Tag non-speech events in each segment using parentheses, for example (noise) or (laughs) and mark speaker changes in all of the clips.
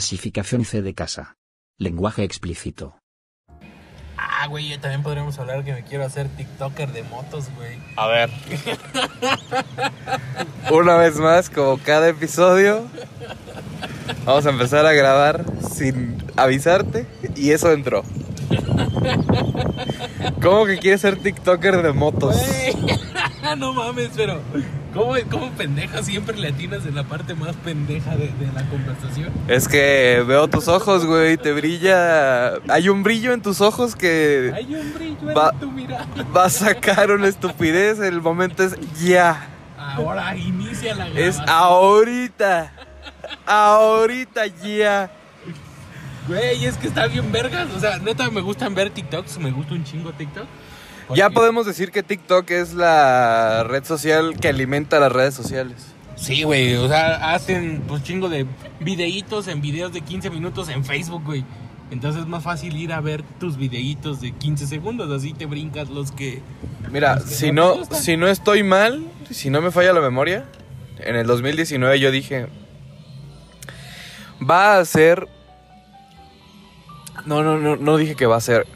Speaker 1: Clasificación C de casa. Lenguaje explícito.
Speaker 2: Ah, güey, yo también podríamos hablar que me quiero hacer TikToker de motos, güey.
Speaker 3: A ver,
Speaker 4: (laughs) Una vez más, como cada episodio, vamos a empezar a grabar sin avisarte y eso entró. ¿Cómo que quieres ser TikToker de motos?
Speaker 2: Güey, Ah, no mames, pero ¿cómo, cómo pendeja siempre le atinas en la parte más pendeja de, de la conversación?
Speaker 4: Es que veo tus ojos, güey, te brilla. Hay un brillo en tus ojos que
Speaker 2: Hay un brillo
Speaker 4: Va-
Speaker 2: en tu mirada.
Speaker 4: va a sacar una estupidez. El momento es ya.
Speaker 2: Ahora inicia la
Speaker 4: Es
Speaker 2: grabación.
Speaker 4: ahorita. Ahorita ya.
Speaker 2: Güey, es que está bien vergas. O sea, neta, me gustan ver TikToks. Me gusta un chingo TikTok.
Speaker 4: Ya
Speaker 2: Porque-
Speaker 4: podemos decir que TikTok es la red social que alimenta las redes sociales.
Speaker 2: Sí, güey. O sea, hacen pues chingo de videitos en videos de 15 minutos en Facebook, güey. Entonces es más fácil ir a ver tus videitos de 15 segundos. Así te brincas los que.
Speaker 4: Mira,
Speaker 2: que
Speaker 4: si
Speaker 2: no te
Speaker 4: no,
Speaker 2: gustan.
Speaker 4: si no estoy mal, si no me falla la memoria, en el 2019 yo dije, va a ser... No, no, no, no dije que va a ser.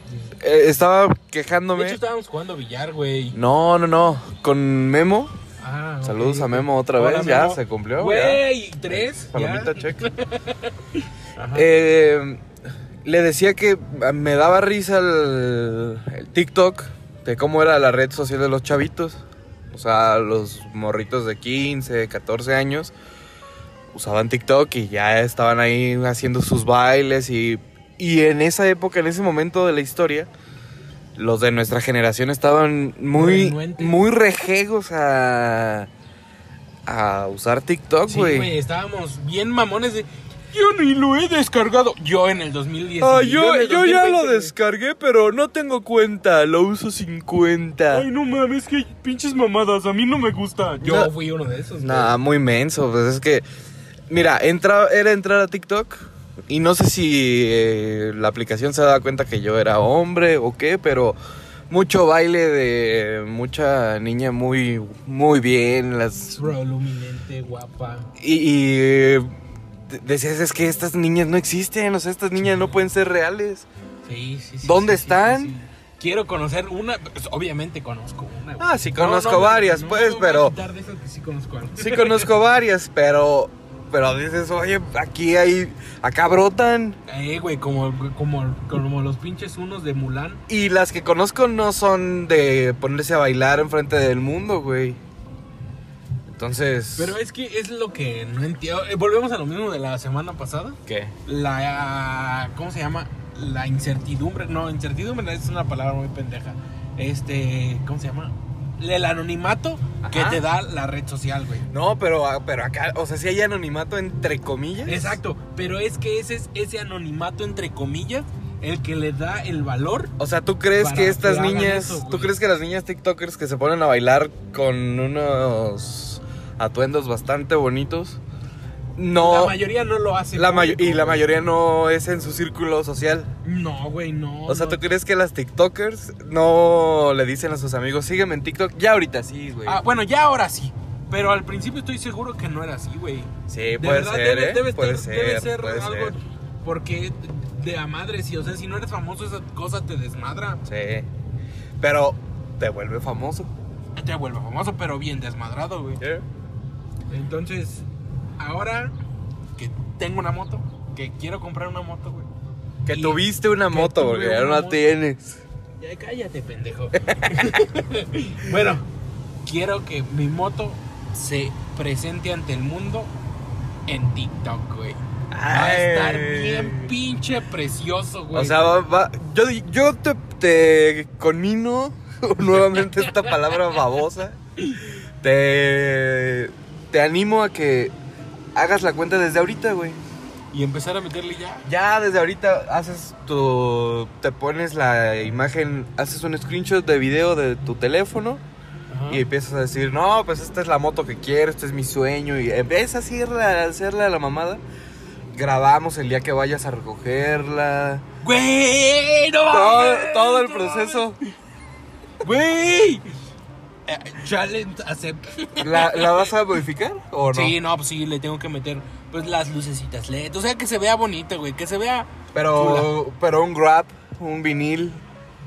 Speaker 4: Eh, estaba
Speaker 2: De
Speaker 4: quejándome.
Speaker 2: hecho, estábamos jugando billar, güey.
Speaker 4: No, no, no. Con Memo.
Speaker 2: Ah, ok.
Speaker 4: Saludos a Memo otra
Speaker 2: Hola,
Speaker 4: vez. Ya
Speaker 2: Memo.
Speaker 4: se cumplió. ya.
Speaker 2: Güey, tres. ya.
Speaker 4: Palomita
Speaker 2: (laughs)
Speaker 4: check.
Speaker 2: Ajá.
Speaker 4: Eh, le decía que me daba risa el, el TikTok de cómo era la red social de los chavitos. O sea, los morritos de 15, 14 años usaban TikTok y ya estaban ahí haciendo sus bailes y, y en esa época, en ese momento de la historia, los de nuestra generación estaban muy,
Speaker 2: Renuentes.
Speaker 4: muy rejegos a, a usar TikTok,
Speaker 2: Sí,
Speaker 4: güey.
Speaker 2: güey, estábamos bien mamones de. Yo ni lo he descargado. Yo en el 2010.
Speaker 4: Ah, yo,
Speaker 2: en el
Speaker 4: yo ya lo
Speaker 2: 2020, güey.
Speaker 4: descargué, pero no tengo cuenta. Lo uso 50.
Speaker 3: no mames, que pinches mamadas, a mí no me gusta.
Speaker 2: Yo
Speaker 4: No.
Speaker 2: fui uno de esos. güey.
Speaker 4: Nada, muy menso. Pues es que. Mira, entra, era entrar a TikTok. Y no sé si eh, la aplicación se daba cuenta que yo era hombre o qué, pero mucho baile de mucha niña muy, muy bien. Las,
Speaker 2: Proluminente, guapa.
Speaker 4: y, y, eh, de- decías, es que estas niñas no existen, o sea, estas niñas no pueden ser reales.
Speaker 2: Sí, sí, sí.
Speaker 4: ¿Dónde
Speaker 2: sí, sí,
Speaker 4: están?
Speaker 2: sí, sí. Quiero conocer una. pues, obviamente conozco una. güey.
Speaker 4: Ah, sí, conozco varias, pues,
Speaker 2: voy a
Speaker 4: pero-
Speaker 2: quitar de esas que sí conozco algo.
Speaker 4: Sí conozco varias, pero pero dices, oye, aquí hay, acá brotan
Speaker 2: Eh, güey, como, como, como los pinches unos de Mulan.
Speaker 4: y las que conozco no son de ponerse a bailar enfrente del mundo, güey. Entonces,
Speaker 2: Pero es que es lo que no entiendo. Eh, volvemos a lo mismo de la semana pasada.
Speaker 4: ¿qué?
Speaker 2: la ¿cómo se llama? La incertidumbre, no, incertidumbre es una palabra muy pendeja. Este, ¿cómo se llama? El anonimato que
Speaker 4: Ajá.
Speaker 2: te da la red social, güey.
Speaker 4: No, pero ah, pero acá, o sea, si hay anonimato entre comillas.
Speaker 2: Exacto, pero es que ese es ese anonimato entre comillas el que le da el valor.
Speaker 4: O sea, ¿tú crees
Speaker 2: Para
Speaker 4: que
Speaker 2: que
Speaker 4: estas
Speaker 2: hagan
Speaker 4: niñas,
Speaker 2: eso, güey.
Speaker 4: tú crees que las niñas TikTokers que se ponen a bailar con unos atuendos bastante bonitos no
Speaker 2: la mayoría no lo hace.
Speaker 4: La mayo-
Speaker 2: público,
Speaker 4: y la
Speaker 2: güey.
Speaker 4: mayoría no es en su círculo social.
Speaker 2: No, güey, no.
Speaker 4: O sea,
Speaker 2: no.
Speaker 4: ¿tú crees que las TikTokers no le dicen a sus amigos, sígueme en TikTok? Ya ahorita sí, güey.
Speaker 2: Ah, bueno, ya ahora sí. Pero al principio estoy seguro que no era así, güey.
Speaker 4: sí,
Speaker 2: De
Speaker 4: puede
Speaker 2: verdad,
Speaker 4: ser,
Speaker 2: debe,
Speaker 4: ¿eh?
Speaker 2: debe
Speaker 4: puede
Speaker 2: estar-
Speaker 4: ser,
Speaker 2: debe ser
Speaker 4: puede
Speaker 2: algo. Porque de a madre, si, o sea, si no eres famoso, esa cosa te desmadra.
Speaker 4: ser. Sí. Pero te vuelve famoso.
Speaker 2: Te vuelve famoso, pero bien desmadrado, güey. Entonces, ahora que tengo una moto, que quiero comprar una moto, güey.
Speaker 4: Que
Speaker 2: Y-
Speaker 4: tuviste una
Speaker 2: que
Speaker 4: moto,
Speaker 2: tuve
Speaker 4: porque ya no
Speaker 2: una
Speaker 4: la
Speaker 2: moto.
Speaker 4: tienes.
Speaker 2: Ya cállate, pendejo. (laughs) bueno, quiero que mi moto se presente ante el mundo en TikTok, güey. Va a estar
Speaker 4: Ay.
Speaker 2: bien pinche precioso, güey.
Speaker 4: O sea, va- va- yo, yo te, te conmino (laughs) nuevamente esta palabra babosa. Te, te animo a que hagas la cuenta desde ahorita, güey.
Speaker 2: y empezar a meterle ya.
Speaker 4: Ya desde ahorita haces tu. Te pones la imagen, haces un screenshot de video de tu teléfono
Speaker 2: Ajá.
Speaker 4: y empiezas a decir, no, pues esta es la moto que quiero, este es mi sueño. Y empiezas a hacerle, a hacerle a la mamada. Grabamos el día que vayas a recogerla.
Speaker 2: Güey, no
Speaker 4: Todo,
Speaker 2: mames,
Speaker 4: todo el
Speaker 2: no
Speaker 4: proceso.
Speaker 2: mames. Güey. Eh, Challenge acepto.
Speaker 4: ¿La, la vas a modificar o no?
Speaker 2: Sí, no, pues sí, le tengo que meter pues las lucecitas LED. O sea, que se vea bonito, güey. Que se vea.
Speaker 4: Pero, pero un grab, un vinil.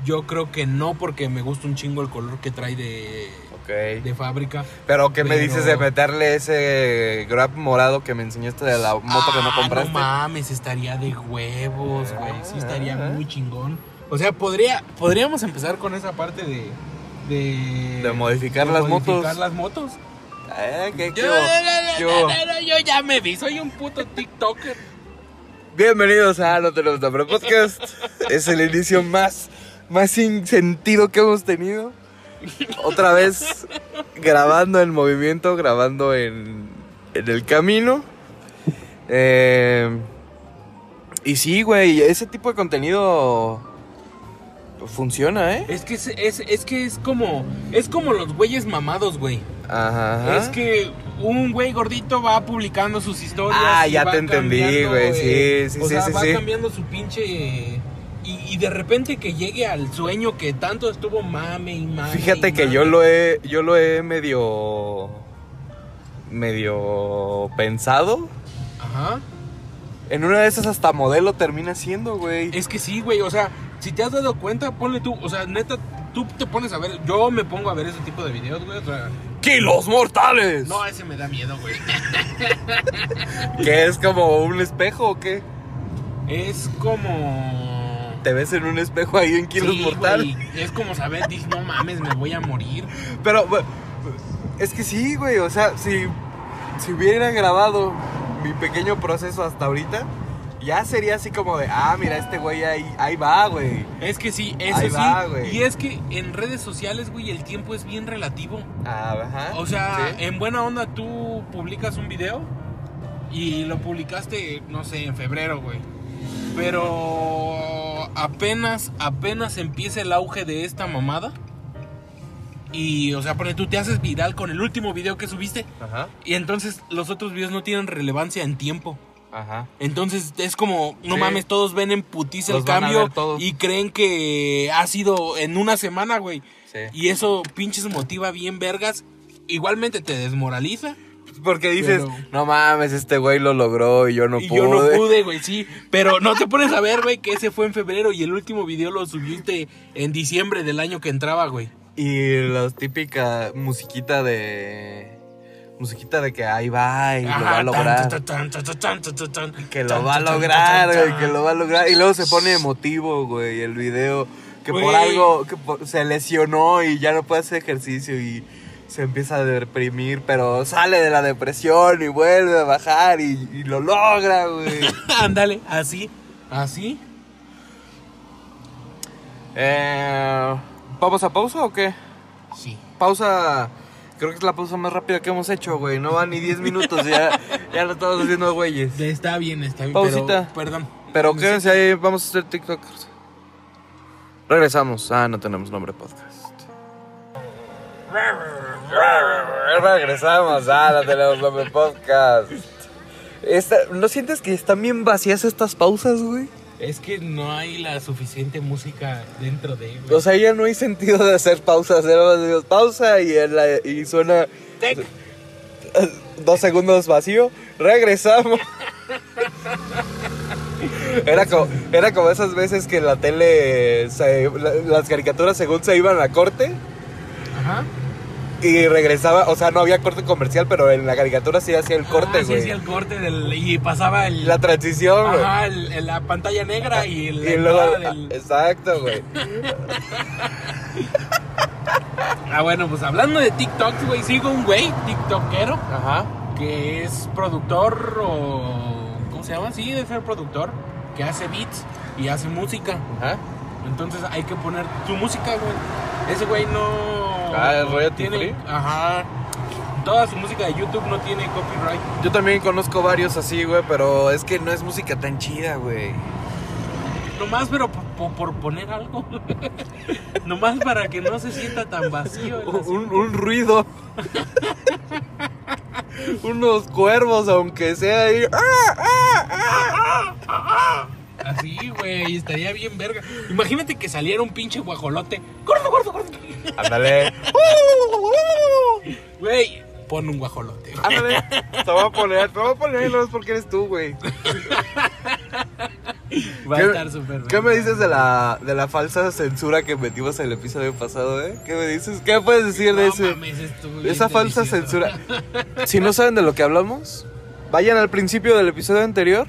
Speaker 2: Yo creo que no, porque me gusta un chingo el color que trae de,
Speaker 4: Ok.
Speaker 2: de fábrica.
Speaker 4: Pero, ¿qué me
Speaker 2: Pero-
Speaker 4: dices de meterle ese grab morado que me enseñaste de la moto que no
Speaker 2: Ah,
Speaker 4: compraste?
Speaker 2: No mames, estaría de huevos, güey. Sí, estaría
Speaker 4: Ah.
Speaker 2: muy chingón. O sea, podría, podríamos empezar con esa parte de. De,
Speaker 4: De modificar las
Speaker 2: modificar
Speaker 4: motos.
Speaker 2: las motos.
Speaker 4: Eh, ¿qué- qué
Speaker 2: Yo,
Speaker 4: hubo? ¿Qué
Speaker 2: yo,
Speaker 4: hubo?
Speaker 2: yo ya me vi, soy un puto TikToker.
Speaker 4: Bienvenidos a No Tenemos Nombre Podcast. Es el inicio más, más sin sentido que hemos tenido. Otra vez grabando en movimiento, grabando en, en el camino. Eh, y sí, güey, ese tipo de contenido funciona, ¿eh?
Speaker 2: Es que es, es, es que es como. Es como los güeyes mamados, güey.
Speaker 4: Ajá. ajá.
Speaker 2: Es que un güey gordito va publicando sus historias.
Speaker 4: Ah,
Speaker 2: y
Speaker 4: ya
Speaker 2: va
Speaker 4: te entendí,
Speaker 2: cambiando,
Speaker 4: güey.
Speaker 2: eh,
Speaker 4: Sí, sí,
Speaker 2: o
Speaker 4: sí,
Speaker 2: sea,
Speaker 4: sí,
Speaker 2: va
Speaker 4: sí.
Speaker 2: cambiando su pinche. eh, Y, y de repente que llegue al sueño que tanto estuvo mame y mame.
Speaker 4: Fíjate
Speaker 2: y
Speaker 4: que
Speaker 2: mame.
Speaker 4: yo lo he, yo lo he medio, medio pensado.
Speaker 2: Ajá.
Speaker 4: En una de esas hasta modelo termina siendo, güey.
Speaker 2: Es que sí, güey. O sea, si te has dado cuenta, ponle tú. O sea, neta, tú te pones a ver. Yo me pongo a ver ese tipo de videos, güey. O sea,
Speaker 4: ¡Kilos mortales!
Speaker 2: no, ese me da miedo, güey.
Speaker 4: ¿Qué es como un espejo o qué?
Speaker 2: Es como.
Speaker 4: Te ves en un espejo ahí en kilos
Speaker 2: Sí,
Speaker 4: mortales.
Speaker 2: güey, Es como saber, dices, no mames, me voy a morir.
Speaker 4: Pero bu- es que sí, güey. O sea, si, si hubiera grabado mi pequeño proceso hasta ahorita, ya sería así como de, ah, mira, este güey ahí, ahí va, güey.
Speaker 2: Es que sí, eso
Speaker 4: Ahí
Speaker 2: sí.
Speaker 4: va, güey.
Speaker 2: y es que en redes sociales, güey, el tiempo es bien relativo.
Speaker 4: Ah, Ajá.
Speaker 2: O sea, eh,
Speaker 4: Sí.
Speaker 2: en buena onda tú publicas un video y lo publicaste, no sé, en febrero, güey. Pero apenas, apenas empieza el auge de esta mamada. Y, o sea, porque tú te haces viral con el último video que subiste.
Speaker 4: Ajá.
Speaker 2: Y entonces los otros videos no tienen relevancia en tiempo.
Speaker 4: Ajá.
Speaker 2: Entonces es como, no
Speaker 4: Sí.
Speaker 2: mames, todos ven en putiza el
Speaker 4: Los van a
Speaker 2: cambio
Speaker 4: ver todos.
Speaker 2: y creen que ha sido en una semana, güey.
Speaker 4: Sí.
Speaker 2: Y eso pinches motiva bien vergas. Igualmente te desmoraliza.
Speaker 4: Porque dices,
Speaker 2: Pero-
Speaker 4: no mames, este güey lo logró y yo no
Speaker 2: y
Speaker 4: pude.
Speaker 2: yo no pude, güey, sí. Pero no te pones a ver, güey, que ese fue en febrero y el último video lo subiste en diciembre del año que entraba, güey.
Speaker 4: Y la típica musiquita de. Musiquita de que ahí va y lo va a
Speaker 2: Ajá,
Speaker 4: lograr.
Speaker 2: tan, tan, tan, tan, tan, tan, tan, tan,
Speaker 4: que lo
Speaker 2: tan,
Speaker 4: va a
Speaker 2: tan, tan,
Speaker 4: lograr,
Speaker 2: tan,
Speaker 4: güey,
Speaker 2: tan.
Speaker 4: que lo va a lograr. Y luego se pone emotivo, güey, el video. Que por
Speaker 2: Güey.
Speaker 4: algo que por- se lesionó y ya no puede hacer ejercicio y se empieza a deprimir, pero sale de la depresión y vuelve a bajar y, y lo
Speaker 2: (laughs)
Speaker 4: logra, güey.
Speaker 2: (laughs) Ándale, así, así.
Speaker 4: eh, ¿Vamos a pausa o qué?
Speaker 2: Sí.
Speaker 4: pausa. Creo que es la pausa más rápida que hemos hecho, güey. No van ni 10 minutos, ya, ya lo estamos haciendo, güeyes.
Speaker 2: Está bien, está bien. pero-
Speaker 4: Pausita.
Speaker 2: perdón.
Speaker 4: Pero quédense ahí, vamos a hacer TikTokers. Regresamos. Ah, no tenemos nombre podcast. Regresamos. Ah, no tenemos nombre podcast. Esta- ¿No sientes que están bien vacías estas pausas, güey?
Speaker 2: Es que no hay la suficiente música dentro de él.
Speaker 4: O sea, ya no hay sentido de hacer pausas. Era más de pausa y, en la- y suena dos segundos vacío. Regresamos. Era como, era como esas veces que la tele, se- la- las caricaturas según se iban a corte
Speaker 2: Ajá.
Speaker 4: y regresaba, o sea, no había corte comercial, pero en la caricatura sí hacía el corte,
Speaker 2: Ah, sí,
Speaker 4: güey.
Speaker 2: sí, el corte del, y pasaba el,
Speaker 4: La transición, güey.
Speaker 2: ajá, el- el- la pantalla negra y, el,
Speaker 4: Y luego,
Speaker 2: entrada del-
Speaker 4: exacto, güey.
Speaker 2: Ah, bueno, pues hablando de TikTok, güey, sigo un güey, TikTokero,
Speaker 4: Ajá.
Speaker 2: que es productor o... ¿Cómo se llama? Sí, debe ser productor, que hace beats y hace música.
Speaker 4: Ajá.
Speaker 2: Entonces hay que poner tu música, güey. Ese güey no...
Speaker 4: Ah, ¿es royalty
Speaker 2: tiene,
Speaker 4: free?
Speaker 2: Ajá. Toda su música de YouTube no tiene copyright.
Speaker 4: Yo también conozco varios así, güey, pero es que no es música tan chida, güey.
Speaker 2: Nomás, pero po- po- por, poner algo. (laughs) Nomás para que no se sienta tan vacío. el
Speaker 4: Un,
Speaker 2: asunto.
Speaker 4: un ruido. Unos cuervos, aunque sea ahí. ¡Ah, ah, ah, ah!
Speaker 2: Así, güey, estaría bien verga. Imagínate que saliera un pinche guajolote. Gordo, gordo, gordo.
Speaker 4: Ándale.
Speaker 2: Güey, pon un guajolote. güey.
Speaker 4: Ándale, te voy a poner, te voy a poner, no es porque eres tú, güey.
Speaker 2: Va a
Speaker 4: ¿Qué-
Speaker 2: estar súper
Speaker 4: ¿Qué me
Speaker 2: bueno.
Speaker 4: dices de la, de la falsa censura que metimos en el episodio pasado, eh? ¿Qué me dices? ¿Qué puedes decir de
Speaker 2: No
Speaker 4: ese?
Speaker 2: mames, estuvo bien
Speaker 4: Esa falsa
Speaker 2: delicioso.
Speaker 4: censura. Si no saben de lo que hablamos, vayan al principio del episodio anterior.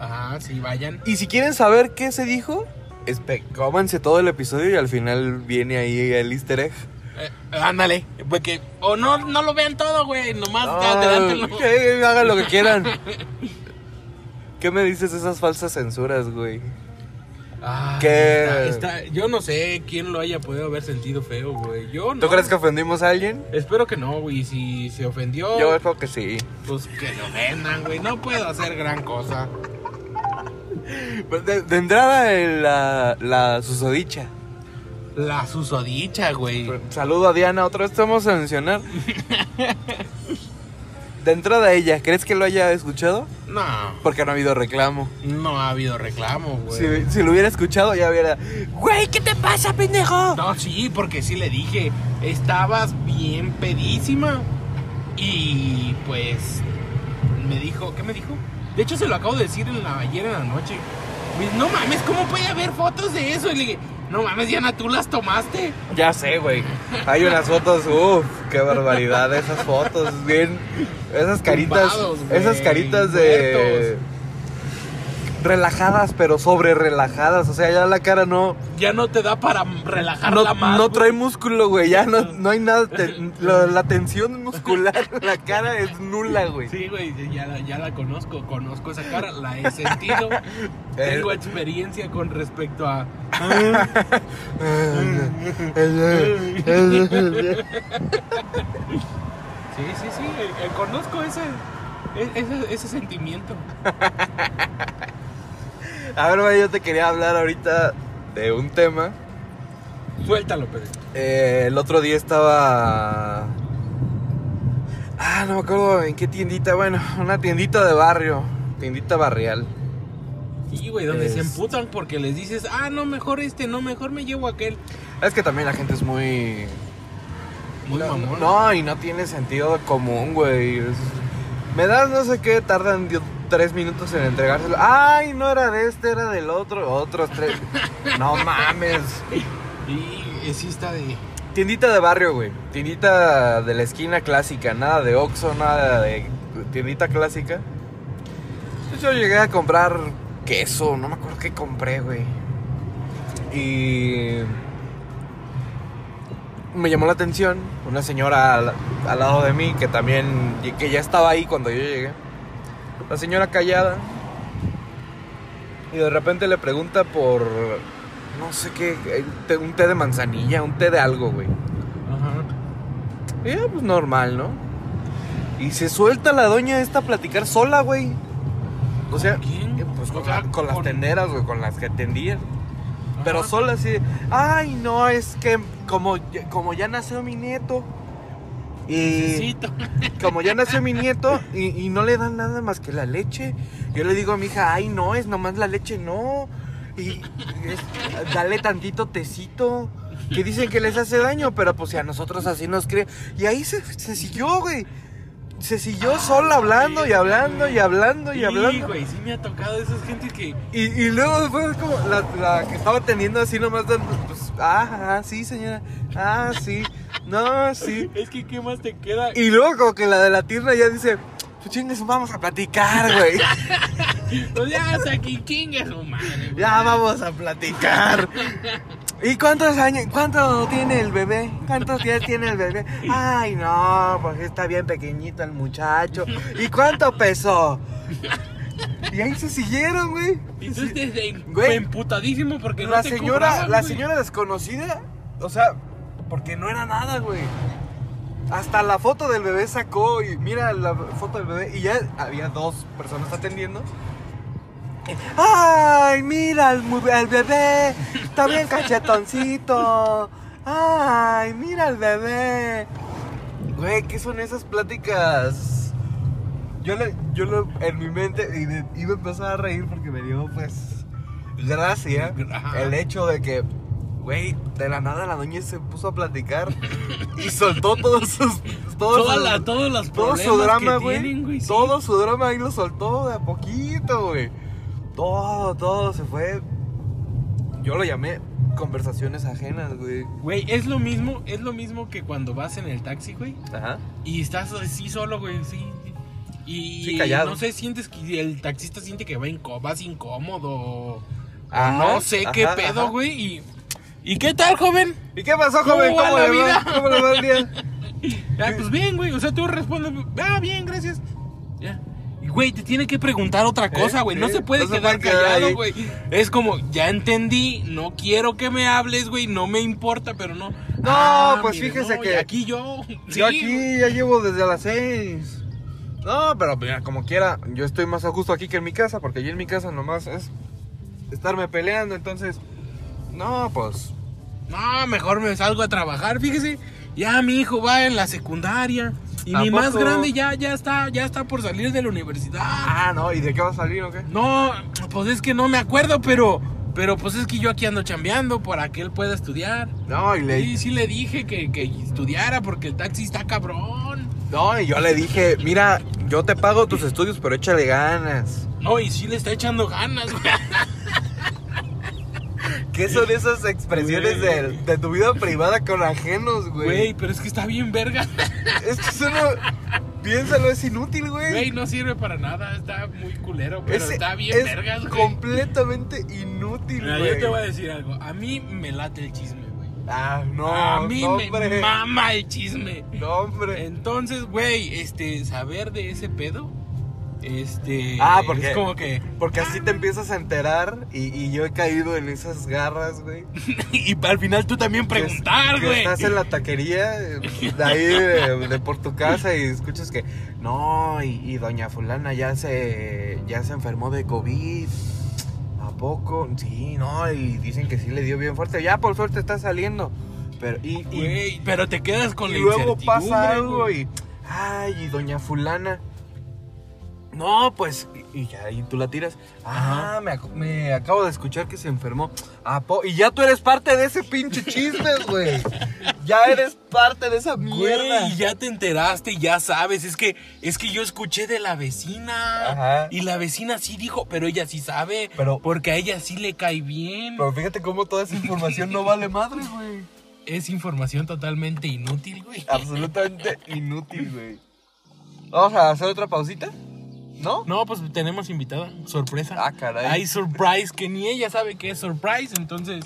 Speaker 2: Ajá, sí, vayan.
Speaker 4: Y si quieren saber qué se dijo, espe- cómanse todo el episodio y al final viene ahí el easter egg.
Speaker 2: Eh, ándale. Porque, o no, no lo vean todo, güey. Nomás
Speaker 4: Ah,
Speaker 2: adelántelo.
Speaker 4: ok, (laughs) hagan lo que quieran. ¿Qué me dices de esas falsas censuras, güey?
Speaker 2: Ah,
Speaker 4: ¿Qué?
Speaker 2: está- está- yo no sé quién lo haya podido haber sentido feo, güey. Yo no.
Speaker 4: ¿Tú crees que ofendimos a alguien?
Speaker 2: Espero que no, güey. Si se ofendió,
Speaker 4: Yo creo que sí.
Speaker 2: pues que lo vendan, güey. No puedo hacer gran cosa.
Speaker 4: Pues De, de entrada, el- la, la susodicha.
Speaker 2: La susodicha, güey.
Speaker 4: Saludo a Diana, otra vez te vamos a mencionar. De entrada, ella, ¿crees que lo haya escuchado?
Speaker 2: No,
Speaker 4: Porque no ha habido reclamo.
Speaker 2: no ha habido reclamo, güey.
Speaker 4: Si, si lo hubiera escuchado, ya hubiera. ¡Güey, qué te pasa, pendejo!
Speaker 2: No, sí, porque sí le dije, estabas bien pedísima. Y pues me dijo, ¿qué me dijo? De hecho se lo acabo de decir en la, ayer en la noche. Me dice, no mames, ¿cómo puede haber fotos de eso? Y le dije, no mames, Diana, tú las tomaste.
Speaker 4: Ya sé, güey. Hay unas fotos, uff, qué barbaridad. Esas fotos, bien. Esas caritas.
Speaker 2: Tumbados, güey,
Speaker 4: esas caritas de.
Speaker 2: muertos.
Speaker 4: Relajadas, pero sobre relajadas. O sea, ya la cara no.
Speaker 2: Ya no te da para relajarla
Speaker 4: No,
Speaker 2: más.
Speaker 4: no
Speaker 2: güey.
Speaker 4: trae músculo, güey. Ya no, no hay
Speaker 2: (laughs)
Speaker 4: nada. te- la, la tensión muscular (laughs) en la cara es nula, güey.
Speaker 2: Sí, güey, ya, la- ya la conozco, conozco esa cara, la he
Speaker 4: (laughs)
Speaker 2: sentido.
Speaker 4: Eh.
Speaker 2: Tengo experiencia con respecto a... Sí, sí, sí, eh, eh, conozco ese, e- ese, ese sentimiento.
Speaker 4: (laughs) A ver, güey, yo te quería hablar ahorita de un tema.
Speaker 2: Suéltalo, Pedro.
Speaker 4: Eh, el otro día estaba. Ah, no me acuerdo en qué tiendita. Bueno, una tiendita de barrio. Tiendita barrial.
Speaker 2: Sí, güey, donde se
Speaker 4: Es-
Speaker 2: emputan porque les dices, ah, no, mejor este, no, mejor me llevo aquel.
Speaker 4: Es que también la gente es muy.
Speaker 2: Muy
Speaker 4: no,
Speaker 2: mamón.
Speaker 4: no, y no tiene sentido común, güey. Es- Me das no sé qué, tardan dio- tres minutos en entregárselo. Ay, no era de este, era del otro. Otros tres. no mames.
Speaker 2: Y eh, sí está de.
Speaker 4: Tiendita de barrio, güey. Tiendita de la esquina clásica. Nada de Oxxo, nada de tiendita clásica. Entonces Yo llegué a comprar queso. No me acuerdo qué compré, güey. Y... Me llamó la atención una señora al, al lado de mí que también... Que ya estaba ahí cuando yo llegué. La señora callada. Y de repente le pregunta por... No sé qué... eh, te- Un té de manzanilla, un té de algo, güey.
Speaker 2: Ajá.
Speaker 4: Y Ya, pues normal, ¿no? Y se suelta la doña esta a platicar sola, güey. O sea,
Speaker 2: quién?
Speaker 4: eh, pues
Speaker 2: O
Speaker 4: con,
Speaker 2: sea,
Speaker 4: la- con las
Speaker 2: con-
Speaker 4: tenderas, güey, con las que atendían. Pero
Speaker 2: Ajá.
Speaker 4: sola así, de, ay, no, es que como, ya- como ya nació mi nieto. Y (laughs)
Speaker 2: Necesito.
Speaker 4: como ya nació mi nieto y, y no le dan nada más que la leche. Yo le digo a mi hija, ay, no, es nomás la leche, no. Y es- dale tantito tecito. Que dicen que les hace daño, pero pues si a nosotros así nos cree. Y ahí se, se siguió, güey. Se siguió sola hablando y hablando y hablando y
Speaker 2: Sí,
Speaker 4: hablando.
Speaker 2: güey, sí me ha tocado esas gente que.
Speaker 4: Y, y luego después como la, la que estaba atendiendo así nomás dando, pues, ah, ah, sí, señora. Ah, sí. No, sí.
Speaker 2: Es que, ¿qué más te queda?
Speaker 4: Y luego como que la de la tierna ya dice, pues chingues, vamos a platicar, güey.
Speaker 2: Pues, O sea, hasta aquí chingas, su madre. güey.
Speaker 4: (laughs) Ya vamos a platicar. ¿Y cuántos años, cuánto tiene el bebé? ¿Cuántos días tiene el bebé? Ay, no, pues está bien pequeñito el muchacho. ¿Y cuánto pesó? Y ahí se siguieron, güey.
Speaker 2: Y tú estés de-
Speaker 4: Güey.
Speaker 2: emputadísimo porque no
Speaker 4: la
Speaker 2: te
Speaker 4: señora,
Speaker 2: cobraban,
Speaker 4: la
Speaker 2: güey.
Speaker 4: señora desconocida, o sea, porque no era nada, güey. Hasta la foto del bebé sacó y mira la foto del bebé y ya había dos personas atendiendo. Ay, mira al, mu- al bebé, está bien cachetoncito. Ay, mira al bebé. Güey, ¿qué son esas pláticas? Yo, le, yo lo- en mi mente y de- iba a empezar a reír porque me dio, pues, gracia
Speaker 2: Ajá.
Speaker 4: el hecho de que, güey, de la nada la doña se puso a platicar y soltó todos sus todo
Speaker 2: Todas
Speaker 4: su-
Speaker 2: las- todos los
Speaker 4: todo
Speaker 2: problemas
Speaker 4: su drama,
Speaker 2: que tienen, güey.
Speaker 4: güey.
Speaker 2: sí.
Speaker 4: Todo su drama ahí lo soltó de a poquito, güey. Todo, todo se fue. Yo lo llamé conversaciones ajenas, güey.
Speaker 2: Güey, es lo mismo, es lo mismo que cuando vas en el taxi, güey.
Speaker 4: Ajá.
Speaker 2: Y estás así solo, güey, sí. Y
Speaker 4: Sí, callado.
Speaker 2: no sé, sientes que el taxista siente que va inco- vas incómodo. o
Speaker 4: Ajá,
Speaker 2: no sé qué
Speaker 4: ajá,
Speaker 2: pedo,
Speaker 4: ajá.
Speaker 2: güey. Y, ¿Y qué tal, joven?
Speaker 4: ¿Y qué pasó,
Speaker 2: ¿Cómo
Speaker 4: joven?
Speaker 2: va
Speaker 4: ¿Cómo,
Speaker 2: la
Speaker 4: le va?
Speaker 2: vida?
Speaker 4: ¿Cómo le va
Speaker 2: (laughs)
Speaker 4: el día?
Speaker 2: Ah, pues bien, güey. O sea, tú respondes, ah, bien, gracias. Ya. Y, güey, te tiene que preguntar otra cosa, güey. no
Speaker 4: Eh, sí,
Speaker 2: se puede
Speaker 4: no se
Speaker 2: quedar
Speaker 4: puede quedar
Speaker 2: callado,
Speaker 4: ahí.
Speaker 2: güey. Es como, ya entendí, no quiero que me hables, güey. No me importa, pero no. Ah, No,
Speaker 4: pues fíjese que-
Speaker 2: aquí yo. sí,
Speaker 4: yo aquí ya llevo desde las seis. No, pero mira, como quiera, yo estoy más a gusto aquí que en mi casa, porque yo en mi casa nomás es estarme peleando, entonces. No, pues.
Speaker 2: No, mejor me salgo a trabajar, fíjese. Ya mi hijo va en la secundaria. Y
Speaker 4: ¿A
Speaker 2: mi más
Speaker 4: poco?
Speaker 2: grande ya, ya está, ya está por salir de la universidad.
Speaker 4: Ah, no, ¿y de qué va a salir o qué?
Speaker 2: No, pues es que no me acuerdo, pero. Pero pues es que yo aquí ando chambeando para que él pueda estudiar.
Speaker 4: No, y le,
Speaker 2: Sí, sí le dije que, que estudiara porque el taxi está cabrón.
Speaker 4: No, y yo le dije, mira, yo te pago tus estudios, pero échale ganas.
Speaker 2: No, y sí le está echando ganas, güey.
Speaker 4: ¿Qué son esas expresiones de, de tu vida privada con ajenos,
Speaker 2: (laughs) Güey,
Speaker 4: güey?
Speaker 2: pero es que está bien verga.
Speaker 4: Es que eso no... Piénsalo, es inútil,
Speaker 2: Güey,
Speaker 4: güey.
Speaker 2: no sirve para nada. Está muy culero, pero
Speaker 4: Es-
Speaker 2: está bien
Speaker 4: es
Speaker 2: vergas, güey.
Speaker 4: completamente inútil,
Speaker 2: Mira,
Speaker 4: güey.
Speaker 2: yo te voy a decir algo. A mí me late el chisme, güey.
Speaker 4: Ah, no,
Speaker 2: a mí
Speaker 4: no,
Speaker 2: me
Speaker 4: hombre.
Speaker 2: mama el chisme.
Speaker 4: No, hombre.
Speaker 2: Entonces, güey, este, saber de ese pedo, este,
Speaker 4: Ah, porque-
Speaker 2: es como que, (laughs)
Speaker 4: Porque así te empiezas a enterar y, y yo he caído en esas garras, güey.
Speaker 2: y al final tú también
Speaker 4: que-
Speaker 2: preguntar,
Speaker 4: que
Speaker 2: güey.
Speaker 4: Estás en la taquería eh, de ahí de, de por tu casa y escuchas que no, y, y doña fulana ya se ya se enfermó de COVID. ¿A poco? Sí, no, y dicen que sí le dio bien fuerte. Ya por suerte está saliendo. Pero y, y-
Speaker 2: Güey, pero te quedas con
Speaker 4: y
Speaker 2: la
Speaker 4: luego pasa
Speaker 2: incertidumbre,
Speaker 4: algo
Speaker 2: güey.
Speaker 4: y ay, y doña fulana no, pues, y y ya, y tú la tiras. Ah, me, ac- me acabo de escuchar que se enfermó. Ah, po- y ya tú eres parte de ese
Speaker 2: (laughs)
Speaker 4: pinche chisme, güey. Ya eres parte de esa mierda.
Speaker 2: Güey, ya te enteraste, y ya sabes, es que es que yo escuché de la vecina
Speaker 4: Ajá.
Speaker 2: y la vecina sí dijo, pero ella sí sabe,
Speaker 4: Pero-
Speaker 2: porque a ella sí le cae bien.
Speaker 4: Pero fíjate cómo toda esa información no vale madre, güey.
Speaker 2: es información totalmente inútil, güey.
Speaker 4: Absolutamente inútil, güey. Vamos a hacer otra pausita, ¿no?
Speaker 2: No, pues tenemos invitada, sorpresa.
Speaker 4: Ah, caray.
Speaker 2: Hay surprise que ni ella sabe que es surprise, entonces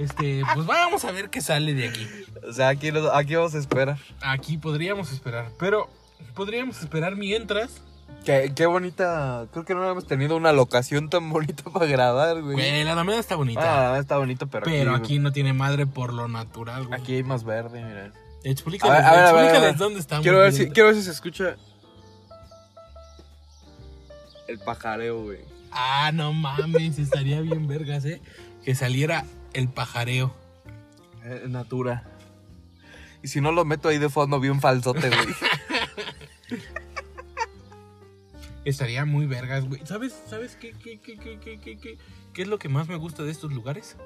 Speaker 2: este, pues vamos a ver qué sale de aquí.
Speaker 4: O sea, aquí, nos- aquí vamos a esperar.
Speaker 2: Aquí podríamos esperar, pero podríamos esperar mientras
Speaker 4: Qué, qué bonita. Creo que no habíamos tenido una locación tan bonita (laughs) para grabar, güey.
Speaker 2: Güey, la Alameda está bonita,
Speaker 4: Ah, está bonito, pero,
Speaker 2: pero aquí no tiene madre por lo natural, güey.
Speaker 4: aquí hay más verde, mira.
Speaker 2: Explícales,
Speaker 4: A ver, a ver, a ver,
Speaker 2: explícales
Speaker 4: a ver.
Speaker 2: dónde estamos.
Speaker 4: Quiero ver, si,
Speaker 2: güey.
Speaker 4: quiero ver si se escucha el pajareo, güey.
Speaker 2: Ah, no mames, estaría bien vergas, ¿eh? Que saliera el pajareo.
Speaker 4: Eh, Natura. Y si no lo meto ahí de fondo, bien
Speaker 2: (laughs)
Speaker 4: falsote, güey.
Speaker 2: Estaría muy vergas, güey. ¿Sabes, sabes qué, qué, qué, qué, qué, qué, qué, qué es lo que más me gusta de estos lugares?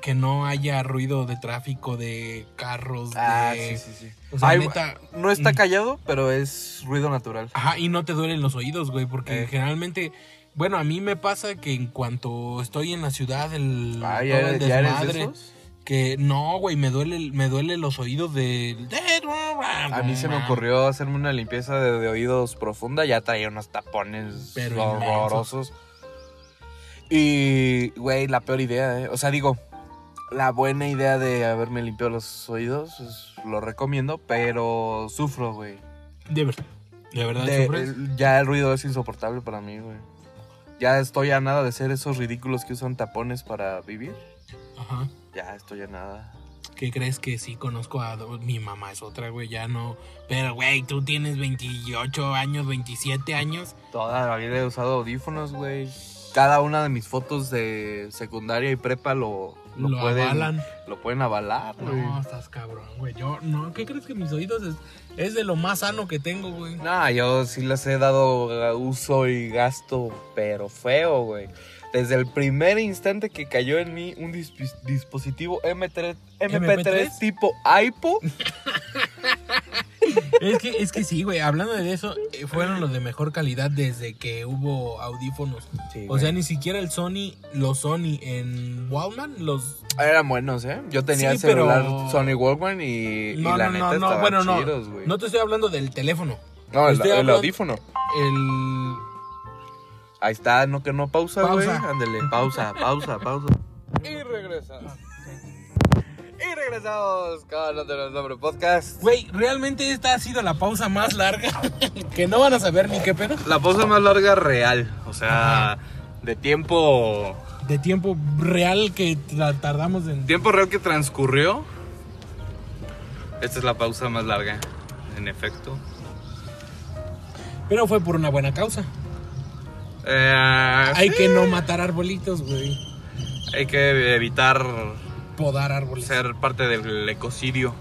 Speaker 2: Que no haya ruido de tráfico, de carros, de...
Speaker 4: Ah, sí.
Speaker 2: Ah, O sea,
Speaker 4: Ay,
Speaker 2: neta,
Speaker 4: No está
Speaker 2: Mm.
Speaker 4: callado, pero es ruido natural.
Speaker 2: Ajá, y no te duelen los oídos, güey, porque
Speaker 4: Eh.
Speaker 2: generalmente... Bueno, a mí me pasa que en cuanto estoy en la ciudad, el,
Speaker 4: Ah,
Speaker 2: todo
Speaker 4: ¿ya,
Speaker 2: el
Speaker 4: ya eres de
Speaker 2: desmadre-
Speaker 4: esos?
Speaker 2: Que no, güey, me duele, me duele los oídos de...
Speaker 4: A mí se me ocurrió hacerme una limpieza de, de oídos profunda. Ya traía unos tapones
Speaker 2: Pero
Speaker 4: horrorosos. Y, güey, la peor idea, ¿eh? O sea, digo, la buena idea de haberme limpiado los oídos, es- lo recomiendo, pero sufro, güey.
Speaker 2: De verdad. De verdad,
Speaker 4: De-
Speaker 2: ¿sufres?
Speaker 4: el- ya el ruido es insoportable para mí, güey. Ya estoy a nada de ser esos ridículos que usan tapones para vivir.
Speaker 2: Ajá.
Speaker 4: Ya estoy a nada.
Speaker 2: ¿Qué crees que sí conozco a do- mi mamá es otra, güey? Ya no. Pero, güey, tú tienes 28 años, 27 años.
Speaker 4: Toda la vida he usado audífonos, güey. Cada una de mis fotos de secundaria y prepa lo, lo,
Speaker 2: Lo,
Speaker 4: pueden,
Speaker 2: avalan.
Speaker 4: lo pueden avalar, güey.
Speaker 2: No, estás cabrón, güey. Yo, no. ¿Qué crees que mis oídos es, es de lo más sano que tengo, güey?
Speaker 4: Nah, yo sí les he dado uh, uso y gasto, pero feo, güey. Desde el primer instante que cayó en mí un dis- dispositivo M3, MP3,
Speaker 2: (laughs) MP3?
Speaker 4: tipo iPod,
Speaker 2: Es que, es que sí, güey. Hablando de eso, eh, fueron los de mejor calidad desde que hubo audífonos.
Speaker 4: Sí,
Speaker 2: O
Speaker 4: güey.
Speaker 2: sea, ni siquiera el Sony, los Sony en Walmart, los.
Speaker 4: Eran buenos, ¿eh? Yo tenía
Speaker 2: Sí,
Speaker 4: el celular
Speaker 2: pero-
Speaker 4: Sony Walkman y, y
Speaker 2: No,
Speaker 4: la
Speaker 2: no,
Speaker 4: neta
Speaker 2: no, no,
Speaker 4: estaban
Speaker 2: bueno, no.
Speaker 4: chidos, güey.
Speaker 2: No te estoy hablando del teléfono.
Speaker 4: No, el,
Speaker 2: estoy
Speaker 4: el
Speaker 2: hablando-
Speaker 4: audífono.
Speaker 2: El.
Speaker 4: Ahí está, no que no pausa,
Speaker 2: Pausa.
Speaker 4: güey. Ándale, pausa, pausa, pausa. Y regresamos. Y regresamos con otro de los Nombres podcast.
Speaker 2: Güey, realmente esta ha sido la pausa más larga. (laughs) que no van a saber ni qué pedo.
Speaker 4: La pausa más larga real, o sea, de tiempo
Speaker 2: De tiempo real que la tardamos en.
Speaker 4: tiempo real que transcurrió. Esta es la pausa más larga, en efecto.
Speaker 2: Pero fue por una buena causa.
Speaker 4: Eh,
Speaker 2: Hay
Speaker 4: sí,
Speaker 2: que no matar arbolitos, güey.
Speaker 4: hay que evitar
Speaker 2: Podar árboles.
Speaker 4: ser parte del ecocidio.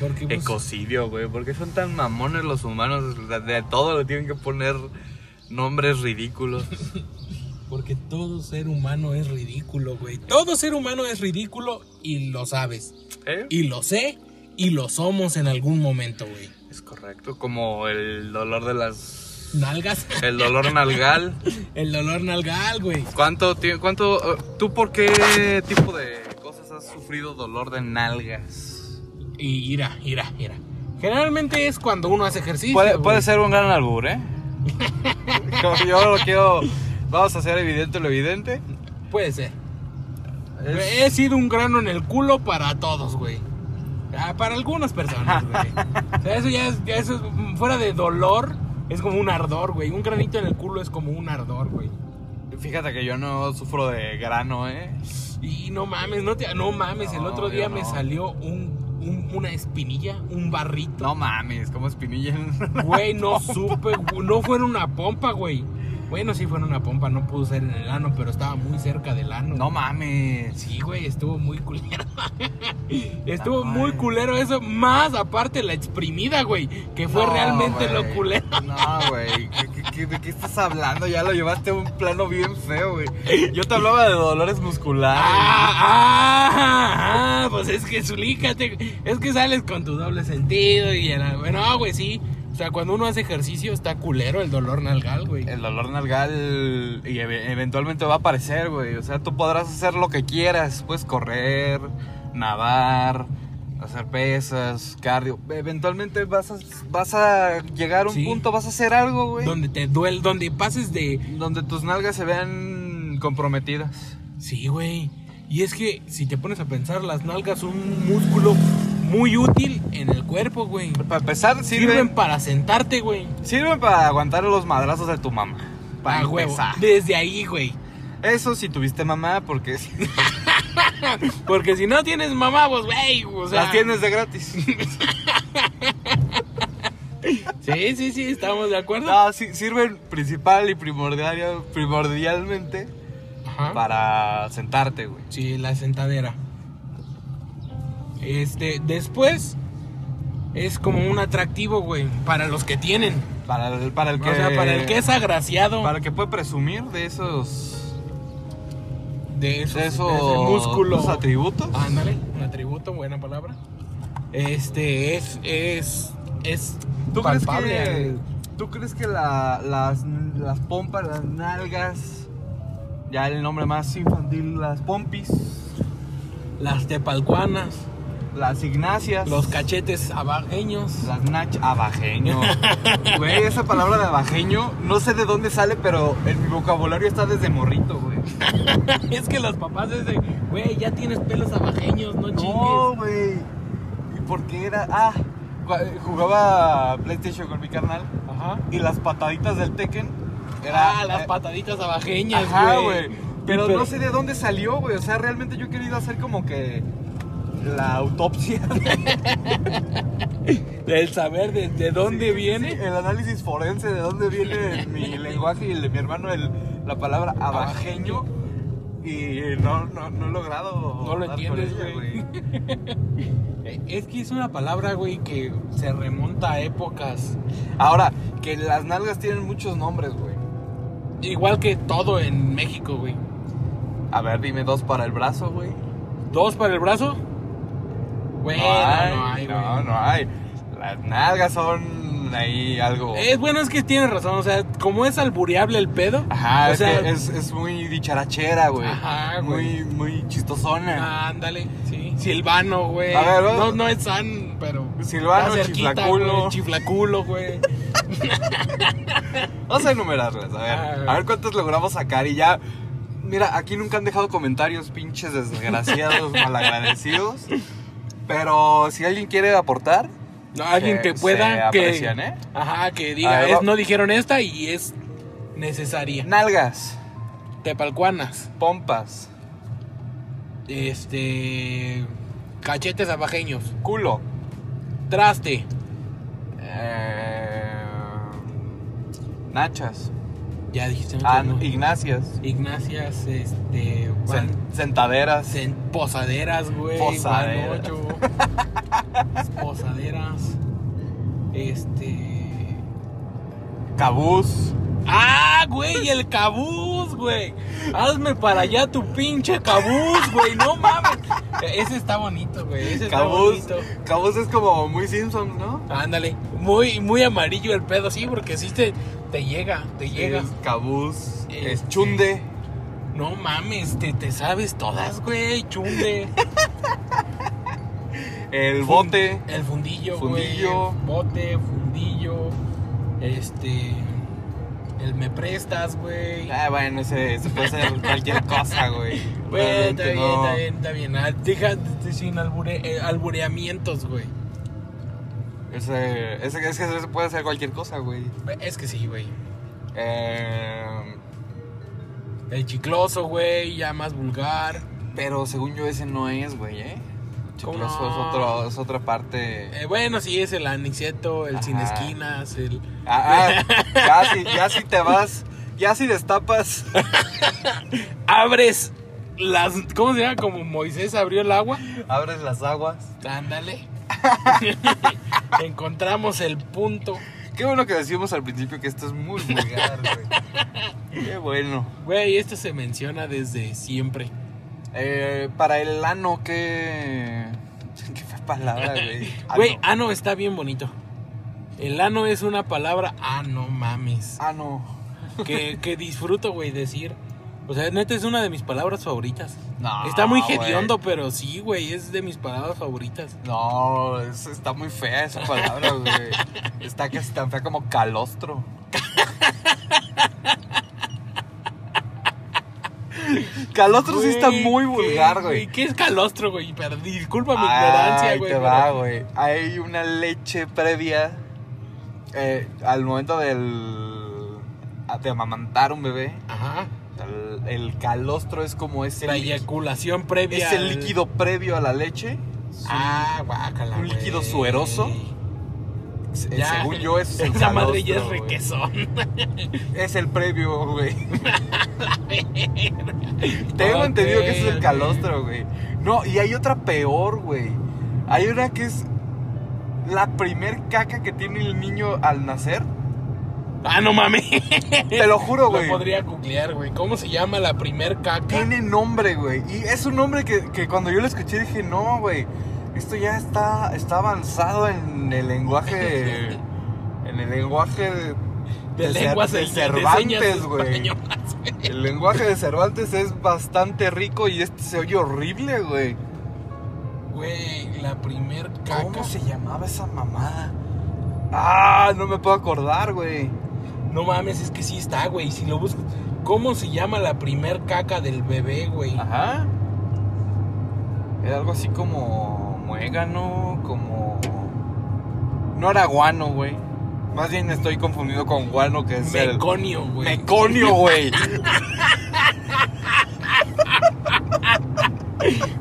Speaker 2: Porque, pues,
Speaker 4: Ecocidio, güey. porque son tan mamones los humanos? De- De todo le tienen que poner nombres
Speaker 2: (laughs)
Speaker 4: ridículos.
Speaker 2: porque todo ser humano es ridículo, güey. Todo ser humano es ridículo y lo sabes.
Speaker 4: ¿Eh?
Speaker 2: Y lo sé y lo somos en algún momento, güey.
Speaker 4: Es correcto, como el dolor de las. (laughs)
Speaker 2: Nalgas.
Speaker 4: El dolor nalgal.
Speaker 2: El dolor nalgal, güey.
Speaker 4: ¿Cuánto, tie- cuánto, eh, ¿Tú por qué tipo de cosas has sufrido dolor de nalgas?
Speaker 2: Y ira, ira, ira. Generalmente es cuando uno hace ejercicio.
Speaker 4: Puede,
Speaker 2: güey.
Speaker 4: puede ser un gran
Speaker 2: (laughs)
Speaker 4: albur, ¿eh? Como Yo lo quiero. Vamos a hacer evidente lo evidente.
Speaker 2: Puede ser.
Speaker 4: Es-
Speaker 2: He sido un grano en el culo para todos, güey. Ah, Para algunas personas,
Speaker 4: (laughs)
Speaker 2: güey. O sea, eso ya es, ya eso es mm, fuera de dolor, es como un ardor, güey. Un granito en el culo es como un ardor, güey.
Speaker 4: Fíjate que yo no sufro de grano, ¿eh?
Speaker 2: Y no mames, no te, no mames, el
Speaker 4: No,
Speaker 2: otro
Speaker 4: yo
Speaker 2: día me
Speaker 4: no.
Speaker 2: salió un, un- una espinilla, un barrito.
Speaker 4: No mames, como espinilla. en- (laughs)
Speaker 2: Güey, no supe, güey, no fue en una pompa, güey. Bueno, sí fue en una pompa, no pudo ser en el ano, pero estaba muy cerca del ano.
Speaker 4: No mames.
Speaker 2: Sí, güey, estuvo muy culero. (laughs) estuvo
Speaker 4: Ah,
Speaker 2: muy
Speaker 4: güey.
Speaker 2: culero eso, más aparte la exprimida, güey, que fue
Speaker 4: No,
Speaker 2: realmente
Speaker 4: güey.
Speaker 2: lo culero.
Speaker 4: No, güey. ¿Qué- qué- qué- ¿De qué estás hablando? Ya lo llevaste a un plano bien feo, güey. Yo te hablaba de dolores musculares.
Speaker 2: Ah, ah, ah, pues es que zulícate, es que sales con tu doble sentido y el- bueno, ah, güey, sí. O sea, cuando uno hace ejercicio está culero el dolor nalgal, güey.
Speaker 4: El dolor nalgal y eve- eventualmente va a aparecer, güey. O sea, tú podrás hacer lo que quieras. Puedes correr, nadar, hacer pesas, cardio. Eventualmente vas a, vas a llegar a un
Speaker 2: Sí.
Speaker 4: punto, vas a hacer algo, güey.
Speaker 2: Donde te duele, donde pases de
Speaker 4: donde tus nalgas se vean comprometidas.
Speaker 2: Sí, güey. Y es que si te pones a pensar, las nalgas son un músculo muy útil en el cuerpo, güey.
Speaker 4: Para empezar,
Speaker 2: Sirven
Speaker 4: sirven,
Speaker 2: para sentarte, güey.
Speaker 4: sirven para aguantar los madrazos de tu mamá. Para
Speaker 2: A Ah, huevo.
Speaker 4: empezar.
Speaker 2: Desde ahí, güey.
Speaker 4: Eso si tuviste mamá, porque
Speaker 2: Porque si no tienes mamá, pues, güey. O
Speaker 4: (laughs)
Speaker 2: sea,
Speaker 4: las tienes
Speaker 2: (laughs)
Speaker 4: de gratis.
Speaker 2: Sí, sí, sí, estamos de acuerdo.
Speaker 4: No, sí, sirven principal y primordial, primordialmente
Speaker 2: Ajá.
Speaker 4: para sentarte, güey.
Speaker 2: Sí, la sentadera. Este, después es como un atractivo, güey, para los que tienen.
Speaker 4: Para el, para el que.
Speaker 2: O sea, para el que es agraciado
Speaker 4: Para el que puede presumir de esos.
Speaker 2: de esos,
Speaker 4: De
Speaker 2: de
Speaker 4: esos.
Speaker 2: ese músculo.
Speaker 4: esos atributos.
Speaker 2: Ándale, un atributo, buena palabra. Este es, es, es
Speaker 4: ¿Tú crees que.
Speaker 2: palpable.
Speaker 4: ¿Tú crees que la- las, las pompas, las nalgas. Ya el nombre más infantil, las pompis.
Speaker 2: Las tepalcuanas,
Speaker 4: Las ignacias.
Speaker 2: los cachetes abajeños. (laughs)
Speaker 4: Las nach abajeño. Güey, esa palabra de abajeño, no sé de dónde sale, pero en mi vocabulario está desde morrito, güey.
Speaker 2: Es que los papás es de, güey, ya tienes pelos abajeños, no chingues.
Speaker 4: No, güey. ¿Y por qué era? Ah, cua- jugaba PlayStation con mi carnal
Speaker 2: Ajá.
Speaker 4: y las pataditas del Tekken era
Speaker 2: Ah, las
Speaker 4: eh,
Speaker 2: pataditas abajeñas,
Speaker 4: ajá,
Speaker 2: güey.
Speaker 4: güey. Pero,
Speaker 2: Y
Speaker 4: no sé de dónde salió, güey. O sea, realmente yo he querido hacer como que la autopsia,
Speaker 2: El saber de, de dónde viene.
Speaker 4: el análisis forense de
Speaker 2: (laughs)
Speaker 4: dónde viene mi lenguaje y el de mi hermano el- la palabra abajeño. Y no, no, no he logrado.
Speaker 2: No lo
Speaker 4: dar con
Speaker 2: entiendes,
Speaker 4: ella,
Speaker 2: güey. Eh, Es que es una palabra, güey, que se remonta a épocas.
Speaker 4: Ahora, que las nalgas tienen muchos nombres, güey.
Speaker 2: Igual que todo en México, güey.
Speaker 4: A ver, dime dos para el brazo, güey.
Speaker 2: ¿Dos para el brazo? Güey, no, no hay, güey.
Speaker 4: no, no hay. Las nalgas son ahí algo.
Speaker 2: Es bueno, es que tienes razón, o sea, como es albureable el pedo.
Speaker 4: Ajá,
Speaker 2: o
Speaker 4: es,
Speaker 2: sea,
Speaker 4: que es, es muy dicharachera, güey.
Speaker 2: Ajá, güey. Ah,
Speaker 4: Muy, muy chistosona.
Speaker 2: Ándale, sí. Silvano, güey.
Speaker 4: A ver, vamos.
Speaker 2: No, no es San, pero.
Speaker 4: Silvano,
Speaker 2: está cerquita,
Speaker 4: chiflaculo.
Speaker 2: güey, Chiflaculo, güey.
Speaker 4: Vamos a enumerarlas, a
Speaker 2: Ah,
Speaker 4: ver.
Speaker 2: güey.
Speaker 4: A ver cuántas logramos sacar y ya. Mira, aquí nunca han dejado comentarios,
Speaker 2: (laughs)
Speaker 4: pinches desgraciados, malagradecidos. Pero si alguien quiere aportar,
Speaker 2: No, alguien que pueda.
Speaker 4: se
Speaker 2: que,
Speaker 4: aprecian, ¿eh?
Speaker 2: Ajá, que diga,
Speaker 4: Ahí va.
Speaker 2: es, no dijeron esta y es necesaria.
Speaker 4: Nalgas,
Speaker 2: Tepalcuanas.
Speaker 4: pompas,
Speaker 2: Este. Cachetes abajeños.
Speaker 4: culo.
Speaker 2: Traste.
Speaker 4: eh, nachas.
Speaker 2: Ya dijiste. no,
Speaker 4: an-
Speaker 2: no.
Speaker 4: ignacias.
Speaker 2: Ignacias, este.
Speaker 4: sen-
Speaker 2: Juan-
Speaker 4: sentaderas.
Speaker 2: En posaderas, güey.
Speaker 4: Posaderas.
Speaker 2: Guanocho. posaderas. Este.
Speaker 4: cabús.
Speaker 2: ¡Ah, güey! El cabús, güey. Hazme para allá tu pinche cabús, güey. No mames. Ese está bonito, güey. Ese está
Speaker 4: Cabús.
Speaker 2: bonito.
Speaker 4: Cabús es como muy Simpsons, ¿no?
Speaker 2: Ándale. Muy, muy amarillo el pedo, sí, porque sí te, te llega, te llega.
Speaker 4: Es cabús.
Speaker 2: Eh,
Speaker 4: Es chunde.
Speaker 2: No mames, te, te sabes todas, güey. Chunde.
Speaker 4: El bote.
Speaker 2: El fundillo,
Speaker 4: Fundillo.
Speaker 2: güey. Bote, fundillo. Este. El me prestas, güey.
Speaker 4: Ah, bueno, ese, se puede ser cualquier
Speaker 2: (laughs)
Speaker 4: cosa, güey.
Speaker 2: Güey, está
Speaker 4: Realmente
Speaker 2: bien,
Speaker 4: no.
Speaker 2: está bien, está bien. Ah, Deja de- sin albure- eh, albureamientos, güey.
Speaker 4: Ese, ese, es que ese puede ser cualquier cosa, güey.
Speaker 2: Es que sí, güey.
Speaker 4: Eh,
Speaker 2: El chicloso, güey, ya más vulgar.
Speaker 4: pero según yo, ese no es, güey, ¿eh?
Speaker 2: ¿Cómo
Speaker 4: Chicloso es,
Speaker 2: no?
Speaker 4: otro, es otra parte.
Speaker 2: (laughs) Eh, bueno, sí, es el aniceto, el sin
Speaker 4: Ajá.
Speaker 2: esquinas, el.
Speaker 4: Ah, ah, ya, si, ya si te vas, ya si destapas. (laughs)
Speaker 2: Abres las. ¿Cómo se llama? Como Moisés abrió el agua.
Speaker 4: Abres las aguas. (laughs)
Speaker 2: Ándale. (laughs) Encontramos el punto.
Speaker 4: Qué bueno que decimos al principio que esto es muy vulgar,
Speaker 2: (laughs)
Speaker 4: güey. Qué bueno.
Speaker 2: Güey, esto se menciona desde siempre.
Speaker 4: Eh, para el ano, qué. Qué fea palabra, güey.
Speaker 2: Güey,
Speaker 4: Ano.
Speaker 2: ano está bien bonito. El ano es una palabra. Ah, no mames.
Speaker 4: Ano. (laughs)
Speaker 2: Que, que disfruto, güey, decir. O sea, neta es una de mis palabras favoritas.
Speaker 4: No,
Speaker 2: está muy
Speaker 4: Ah, güey.
Speaker 2: hediondo, pero sí, güey, es de mis palabras favoritas.
Speaker 4: No, es- está muy fea esa palabra, güey. Está casi tan fea como calostro. calostro sí está
Speaker 2: Güey,
Speaker 4: muy
Speaker 2: ¿qué,
Speaker 4: vulgar, güey.
Speaker 2: ¿Qué es calostro, güey? Pero disculpa mi
Speaker 4: Ah,
Speaker 2: ignorancia,
Speaker 4: Ahí
Speaker 2: güey.
Speaker 4: te
Speaker 2: pero-
Speaker 4: va, güey. Hay una leche previa eh, al momento del. de amamantar un bebé.
Speaker 2: Ajá.
Speaker 4: El, el calostro es como ese.
Speaker 2: La
Speaker 4: líquido-
Speaker 2: eyaculación previa.
Speaker 4: Es el
Speaker 2: al-
Speaker 4: líquido previo a la leche.
Speaker 2: Ah, guácala.
Speaker 4: un líquido
Speaker 2: güey.
Speaker 4: sueroso. Se-
Speaker 2: Ya,
Speaker 4: Según yo, es
Speaker 2: (laughs)
Speaker 4: el
Speaker 2: Esa madre ya es
Speaker 4: calostro, güey.
Speaker 2: requesón.
Speaker 4: Es el previo,
Speaker 2: (laughs)
Speaker 4: güey. Tengo entendido que ese es
Speaker 2: Ok,
Speaker 4: el
Speaker 2: ok.
Speaker 4: calostro, güey. No, y hay otra peor, güey. Hay una que es la primer caca que tiene el niño al
Speaker 2: (laughs)
Speaker 4: nacer.
Speaker 2: Ah, no mames.
Speaker 4: Te lo juro, güey.
Speaker 2: Lo podría googlear, güey. ¿Cómo se llama la primer caca?
Speaker 4: Tiene nombre, güey. Y es un nombre que, que cuando yo lo escuché dije, no, güey. Esto ya está, está avanzado en el
Speaker 2: (laughs)
Speaker 4: lenguaje. en el lenguaje de,
Speaker 2: de
Speaker 4: de Cer-
Speaker 2: lenguas
Speaker 4: de
Speaker 2: del
Speaker 4: Cervantes, güey. El lenguaje de Cervantes es bastante rico y este se oye horrible, güey.
Speaker 2: Güey, la primer caca.
Speaker 4: ¿Cómo se llamaba esa mamada? Ah, no me puedo acordar, güey.
Speaker 2: No mames, es que sí está, güey. Si lo buscas. ¿Cómo se llama la primer caca del bebé, güey?
Speaker 4: Ajá. Era algo así como muégano, como... No era guano, güey. Más bien estoy confundido con guano, que es el...
Speaker 2: Meconio, güey.
Speaker 4: Meconio, güey.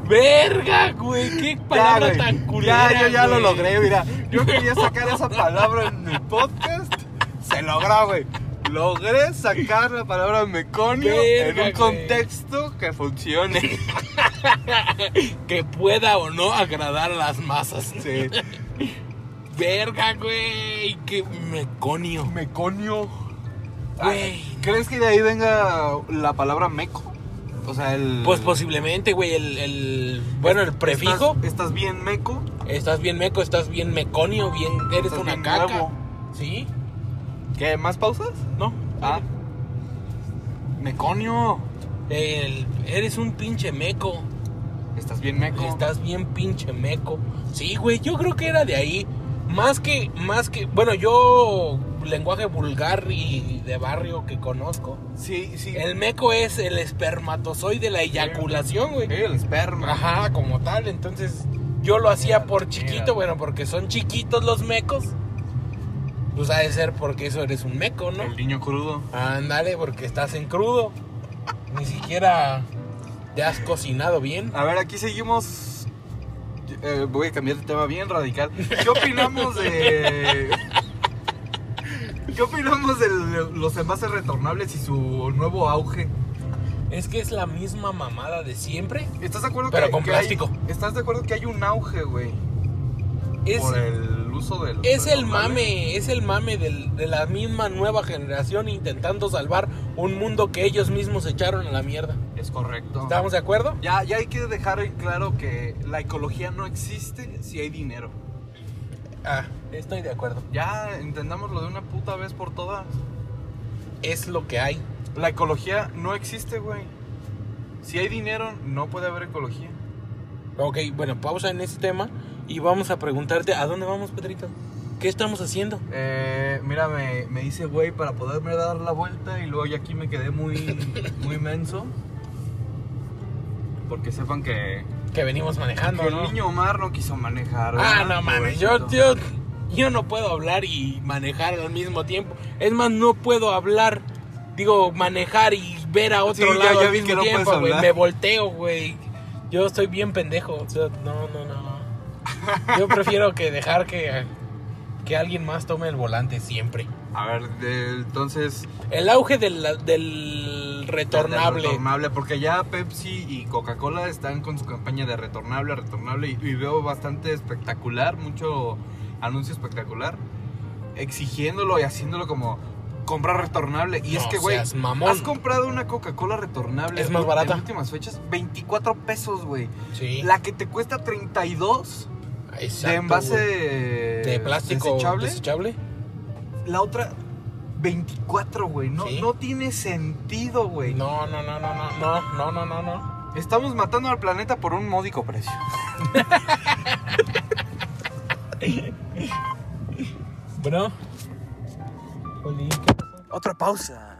Speaker 2: Verga, güey. Qué
Speaker 4: Ya,
Speaker 2: palabra
Speaker 4: güey.
Speaker 2: tan
Speaker 4: Ya,
Speaker 2: culera.
Speaker 4: yo ya lo
Speaker 2: güey.
Speaker 4: logré, mira. Yo quería sacar esa palabra en el podcast. Se logró, güey. Logré sacar la palabra meconio en
Speaker 2: Verga,
Speaker 4: un
Speaker 2: güey.
Speaker 4: contexto
Speaker 2: (laughs)
Speaker 4: que funcione.
Speaker 2: Que pueda o no agradar a las masas.
Speaker 4: Sí.
Speaker 2: Verga, güey. Qué meconio.
Speaker 4: Meconio.
Speaker 2: Güey.
Speaker 4: ¿Crees que de ahí venga la palabra meco? O sea, el.
Speaker 2: Pues posiblemente, güey, el, el- Bueno, el prefijo.
Speaker 4: Estás, estás bien meco.
Speaker 2: Estás bien meco, estás bien meconio, bien. Eres
Speaker 4: estás
Speaker 2: una
Speaker 4: bien
Speaker 2: caca.
Speaker 4: nuevo.
Speaker 2: Sí,
Speaker 4: ¿Qué? ¿Más pausas?
Speaker 2: no.
Speaker 4: Ah. Meconio.
Speaker 2: El- eres un pinche meco.
Speaker 4: Estás bien meco.
Speaker 2: Estás bien pinche meco. Sí, güey, yo creo que era de ahí. Más que, más que, bueno, yo lenguaje vulgar y de barrio que conozco.
Speaker 4: Sí, sí.
Speaker 2: El meco es el espermatozoide de la eyaculación, güey.
Speaker 4: el esperma.
Speaker 2: Ajá, como tal. Entonces, yo lo hacía
Speaker 4: Mira,
Speaker 2: por
Speaker 4: mira.
Speaker 2: chiquito, bueno, porque son chiquitos los mecos. Pues ha de ser porque eso eres un meco, ¿no?
Speaker 4: El niño crudo.
Speaker 2: Ándale, porque estás en crudo. Ni siquiera te has cocinado bien.
Speaker 4: A ver, aquí seguimos. Eh, voy a cambiar de tema bien radical. ¿Qué opinamos de. (laughs) ¿Qué opinamos de los envases retornables y su nuevo auge?
Speaker 2: Es que es la misma mamada de siempre.
Speaker 4: ¿Estás de acuerdo
Speaker 2: Pero
Speaker 4: que,
Speaker 2: con
Speaker 4: que
Speaker 2: plástico.
Speaker 4: hay- ¿Estás de acuerdo que hay un auge, güey?
Speaker 2: Es,
Speaker 4: Por el uso del.
Speaker 2: es el
Speaker 4: retornable?
Speaker 2: mame, es el mame del- de la misma nueva generación intentando salvar un mundo que ellos mismos echaron a la mierda.
Speaker 4: Es correcto.
Speaker 2: ¿Estamos de acuerdo?
Speaker 4: Ya, ya hay que dejar en claro que la ecología no existe si hay dinero.
Speaker 2: Ah, estoy de acuerdo.
Speaker 4: Ya entendámoslo de una puta vez por todas.
Speaker 2: Es lo que hay.
Speaker 4: La ecología no existe, güey. Si hay dinero, no puede haber ecología.
Speaker 2: Ok, bueno, pausa en ese tema y vamos a preguntarte a dónde vamos, Pedrito. ¿Qué estamos haciendo?
Speaker 4: Eh, mira, me, me dice, güey, para poderme dar la vuelta y luego ya aquí me
Speaker 2: (laughs)
Speaker 4: quedé muy, muy menso. Porque sepan que,
Speaker 2: Que venimos manejando,
Speaker 4: que
Speaker 2: Ah, ¿no?
Speaker 4: el niño Omar no quiso manejar.
Speaker 2: Ah,
Speaker 4: ¿verdad?
Speaker 2: no mames, yo,
Speaker 4: Pobrecito.
Speaker 2: yo, yo no puedo hablar y manejar al mismo tiempo. Es más, no puedo hablar, digo, manejar y ver a otro
Speaker 4: Sí, ya-
Speaker 2: lado
Speaker 4: ya
Speaker 2: al
Speaker 4: vi que
Speaker 2: mismo
Speaker 4: no puedes
Speaker 2: tiempo, güey.
Speaker 4: hablar.
Speaker 2: Me volteo, güey. Yo estoy bien pendejo. o sea, no, no, no, no.
Speaker 4: (laughs)
Speaker 2: Yo prefiero que dejar que, que alguien más tome el volante siempre.
Speaker 4: A ver, de- entonces...
Speaker 2: El auge del, del retornable.
Speaker 4: Retornable, porque ya Pepsi y Coca-Cola están con su campaña de retornable, retornable, y, y veo bastante espectacular, mucho anuncio espectacular, exigiéndolo y haciéndolo como comprar retornable. Y es
Speaker 2: No
Speaker 4: que, güey,
Speaker 2: seas mamón.
Speaker 4: has comprado una Coca-Cola retornable.
Speaker 2: Es más
Speaker 4: en-
Speaker 2: barata.
Speaker 4: En últimas fechas, 24 pesos, güey.
Speaker 2: Sí,
Speaker 4: La que te cuesta 32
Speaker 2: exacto,
Speaker 4: de
Speaker 2: güey.
Speaker 4: envase
Speaker 2: de plástico
Speaker 4: desechable.
Speaker 2: desechable.
Speaker 4: La otra, 24, güey. No,
Speaker 2: Sí.
Speaker 4: no tiene sentido, güey.
Speaker 2: No, no, no, no, no, no, no, no, no, no.
Speaker 4: Estamos matando al planeta por un módico precio.
Speaker 2: Bueno.
Speaker 4: Otra pausa.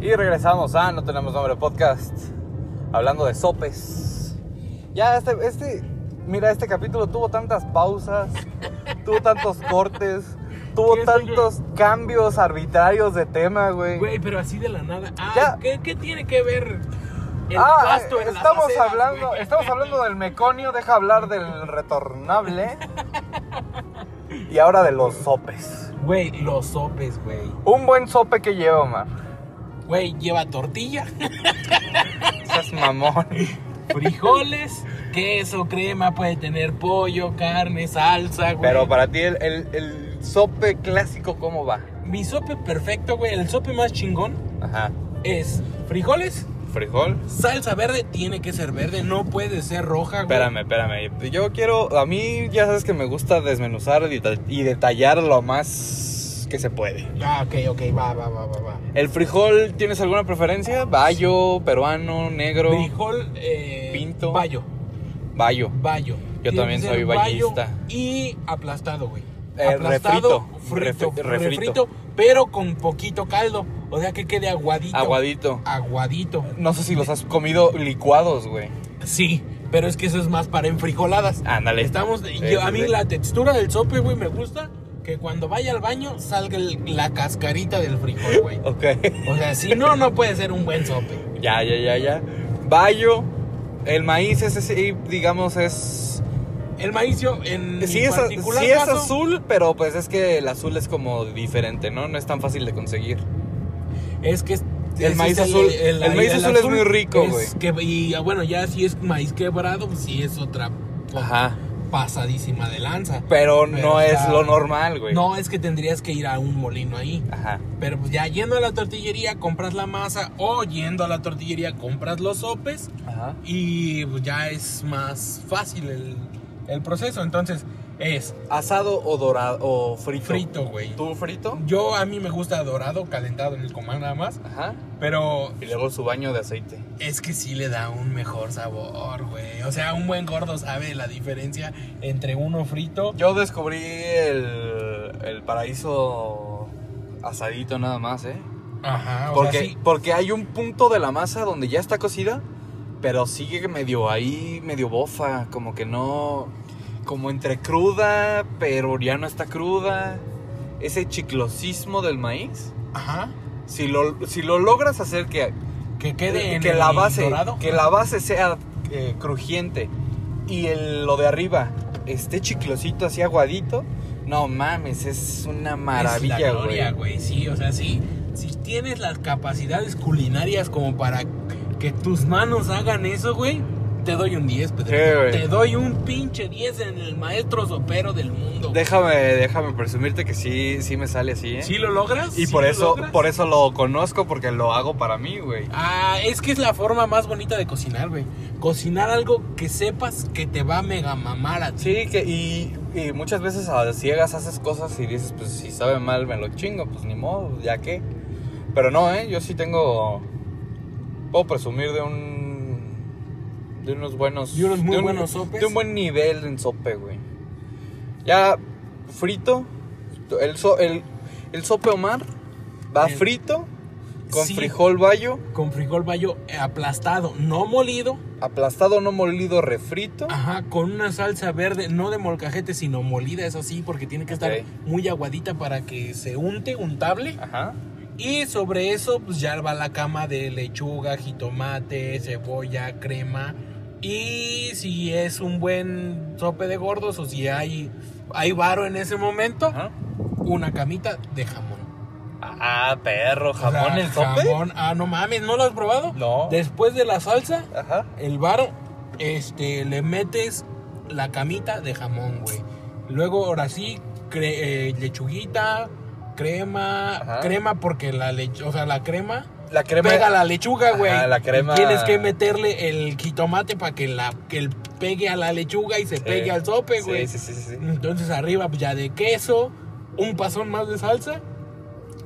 Speaker 4: Y regresamos a No Tenemos Nombre Podcast. Hablando de sopes. Ya, este, este. Mira, este capítulo tuvo
Speaker 2: (laughs)
Speaker 4: tantas pausas, tuvo tantos cortes, tuvo
Speaker 2: ¿Qué es, oye?
Speaker 4: tantos cambios arbitrarios de tema, güey.
Speaker 2: Güey, pero así de la nada. Ah,
Speaker 4: Ya.
Speaker 2: ¿qué, qué tiene que ver el
Speaker 4: ah,
Speaker 2: pasto en las
Speaker 4: estamos
Speaker 2: aceras,
Speaker 4: hablando, eh,
Speaker 2: güey?
Speaker 4: estamos hablando del meconio, deja hablar
Speaker 2: (laughs)
Speaker 4: del retornable. y ahora de los sopes.
Speaker 2: Güey, los sopes, güey.
Speaker 4: Un buen sope que lleva, Omar.
Speaker 2: Güey, lleva tortilla, (laughs)
Speaker 4: Seas mamón.
Speaker 2: frijoles, queso, crema, puede tener pollo, carne, salsa, güey.
Speaker 4: (laughs) Pero para ti, el, el- el sope clásico, ¿cómo va?
Speaker 2: Mi sope perfecto, güey, el sope más chingón
Speaker 4: Ajá.
Speaker 2: es frijoles,
Speaker 4: Frijol.
Speaker 2: salsa verde, tiene que ser verde, no puede ser roja, güey.
Speaker 4: Espérame, espérame. Yo quiero. A mí, ya sabes que me gusta desmenuzar y, deta- y detallar lo más que se puede.
Speaker 2: Ah, ok, ok, va, va, va, va, va.
Speaker 4: ¿El frijol tienes alguna preferencia? Bayo, peruano, negro.
Speaker 2: Frijol, eh,
Speaker 4: Pinto.
Speaker 2: Bayo.
Speaker 4: Bayo.
Speaker 2: Bayo.
Speaker 4: Yo
Speaker 2: Tiene
Speaker 4: también
Speaker 2: que
Speaker 4: soy
Speaker 2: ser bayo
Speaker 4: bayista.
Speaker 2: Y aplastado, güey.
Speaker 4: Eh,
Speaker 2: frito,
Speaker 4: refrito,
Speaker 2: frito,
Speaker 4: refri-
Speaker 2: refrito,
Speaker 4: refrito.
Speaker 2: pero con poquito caldo. O sea que quede aguadito.
Speaker 4: Aguadito.
Speaker 2: Aguadito.
Speaker 4: No sé si los has comido licuados, güey.
Speaker 2: Sí, pero es que eso es más para enfrijoladas.
Speaker 4: Ándale.
Speaker 2: Estamos.
Speaker 4: Sí,
Speaker 2: yo- a
Speaker 4: sí,
Speaker 2: mí
Speaker 4: sí.
Speaker 2: la textura del sope, güey, me gusta que cuando vaya al baño salga el- la cascarita del frijol, güey.
Speaker 4: Ok.
Speaker 2: O sea, si no, no puede ser un buen sope.
Speaker 4: ya, ya, ya, ya. Bayo. El maíz, ese sí, digamos, es
Speaker 2: El maíz, yo, en
Speaker 4: Sí,
Speaker 2: mi
Speaker 4: es, a-
Speaker 2: particular
Speaker 4: sí es
Speaker 2: caso,
Speaker 4: azul, pero pues es que el azul es como diferente, ¿no? No es tan fácil de conseguir.
Speaker 2: Es que es-
Speaker 4: El
Speaker 2: es-
Speaker 4: maíz
Speaker 2: es
Speaker 4: azul- el maíz azul es muy rico,
Speaker 2: es que- Y ah, bueno, ya si es maíz quebrado, pues sí es otra.
Speaker 4: Ajá.
Speaker 2: pasadísima de lanza.
Speaker 4: Pero no
Speaker 2: está-
Speaker 4: es lo normal, güey.
Speaker 2: No, es que tendrías que ir a un molino ahí.
Speaker 4: Ajá.
Speaker 2: Pero pues ya yendo a la tortillería compras la masa o yendo a la tortillería compras los sopes
Speaker 4: Ajá.
Speaker 2: y pues, ya es más fácil el, el proceso. Entonces es
Speaker 4: ¿Asado o dorado o frito?
Speaker 2: frito, güey.
Speaker 4: ¿Tú frito?
Speaker 2: Yo a mí me gusta dorado, calentado en el comal nada más,
Speaker 4: Ajá.
Speaker 2: pero
Speaker 4: Y luego su baño de aceite.
Speaker 2: es que sí le da un mejor sabor, güey. O sea, un buen gordo sabe la diferencia entre uno frito.
Speaker 4: Yo descubrí el, el paraíso asadito nada más, ¿eh?
Speaker 2: Ajá, o
Speaker 4: Porque,
Speaker 2: sea, sí.
Speaker 4: porque hay un punto de la masa donde ya está cocida, pero sigue medio ahí, medio bofa, como que no... Como entre cruda, pero ya no está cruda. Ese chiclosismo del maíz.
Speaker 2: Ajá.
Speaker 4: Si lo, si lo logras hacer que,
Speaker 2: Que quede en
Speaker 4: eh, que la
Speaker 2: el
Speaker 4: base,
Speaker 2: dorado.
Speaker 4: que la base sea eh, crujiente y el- lo de arriba esté chiclosito así aguadito, no mames, es una maravilla,
Speaker 2: es la gloria,
Speaker 4: güey.
Speaker 2: güey. Sí, o sea, sí. Si tienes las capacidades culinarias como para que tus manos hagan eso, güey, te doy un 10, Pedro.
Speaker 4: Sí, güey.
Speaker 2: te doy un pinche 10 en el maestro sopero del mundo. güey.
Speaker 4: Déjame, déjame presumirte que sí, sí me sale así, ¿eh?
Speaker 2: ¿Sí lo logras?
Speaker 4: y
Speaker 2: ¿Sí
Speaker 4: por
Speaker 2: lo
Speaker 4: eso,
Speaker 2: logras?
Speaker 4: por eso lo conozco porque lo hago para mí, güey.
Speaker 2: Ah, es que es la forma más bonita de cocinar, güey. Cocinar algo que sepas que te va a mega mamar a ti.
Speaker 4: Sí, que y, y muchas veces a las ciegas haces cosas y dices, pues si sabe mal me lo chingo, pues ni modo, ya qué. Pero no, ¿eh? Yo sí tengo... Puedo presumir de un... De unos buenos...
Speaker 2: De unos muy
Speaker 4: de un-
Speaker 2: buenos sopes.
Speaker 4: De un buen nivel en sope, güey. Ya frito, el, so- el, el sope Omar va
Speaker 2: El-
Speaker 4: frito con
Speaker 2: Sí.
Speaker 4: frijol bayo,
Speaker 2: Con frijol bayo eh, aplastado, no molido.
Speaker 4: aplastado no molido refrito.
Speaker 2: Ajá, con una salsa verde, no de molcajete, sino molida, eso sí, porque tiene que estar
Speaker 4: Ok.
Speaker 2: muy aguadita para que se unte, untable.
Speaker 4: Ajá.
Speaker 2: Y sobre eso, pues ya va la cama de lechuga, jitomate, cebolla, crema. Y si es un buen sope de gordos o si hay, hay varo en ese momento,
Speaker 4: Ajá.
Speaker 2: una camita de jamón.
Speaker 4: Ah, perro, jamón
Speaker 2: O sea,
Speaker 4: en sope.
Speaker 2: Jamón, ah, no mames, ¿no lo has probado?
Speaker 4: No.
Speaker 2: Después de la salsa,
Speaker 4: Ajá.
Speaker 2: el varo, este, le metes la camita de jamón, güey. Luego, ahora sí, cre- eh, lechuguita, crema,
Speaker 4: Ajá.
Speaker 2: crema porque la lechuga, o sea, la crema
Speaker 4: La crema.
Speaker 2: pega la lechuga,
Speaker 4: Ajá,
Speaker 2: güey.
Speaker 4: la crema-
Speaker 2: Y tienes que meterle el jitomate para que la que el pegue a la lechuga y se pegue al sope,
Speaker 4: Sí,
Speaker 2: güey.
Speaker 4: Sí, sí, sí, sí.
Speaker 2: Entonces arriba pues, ya de queso, un pasón más de salsa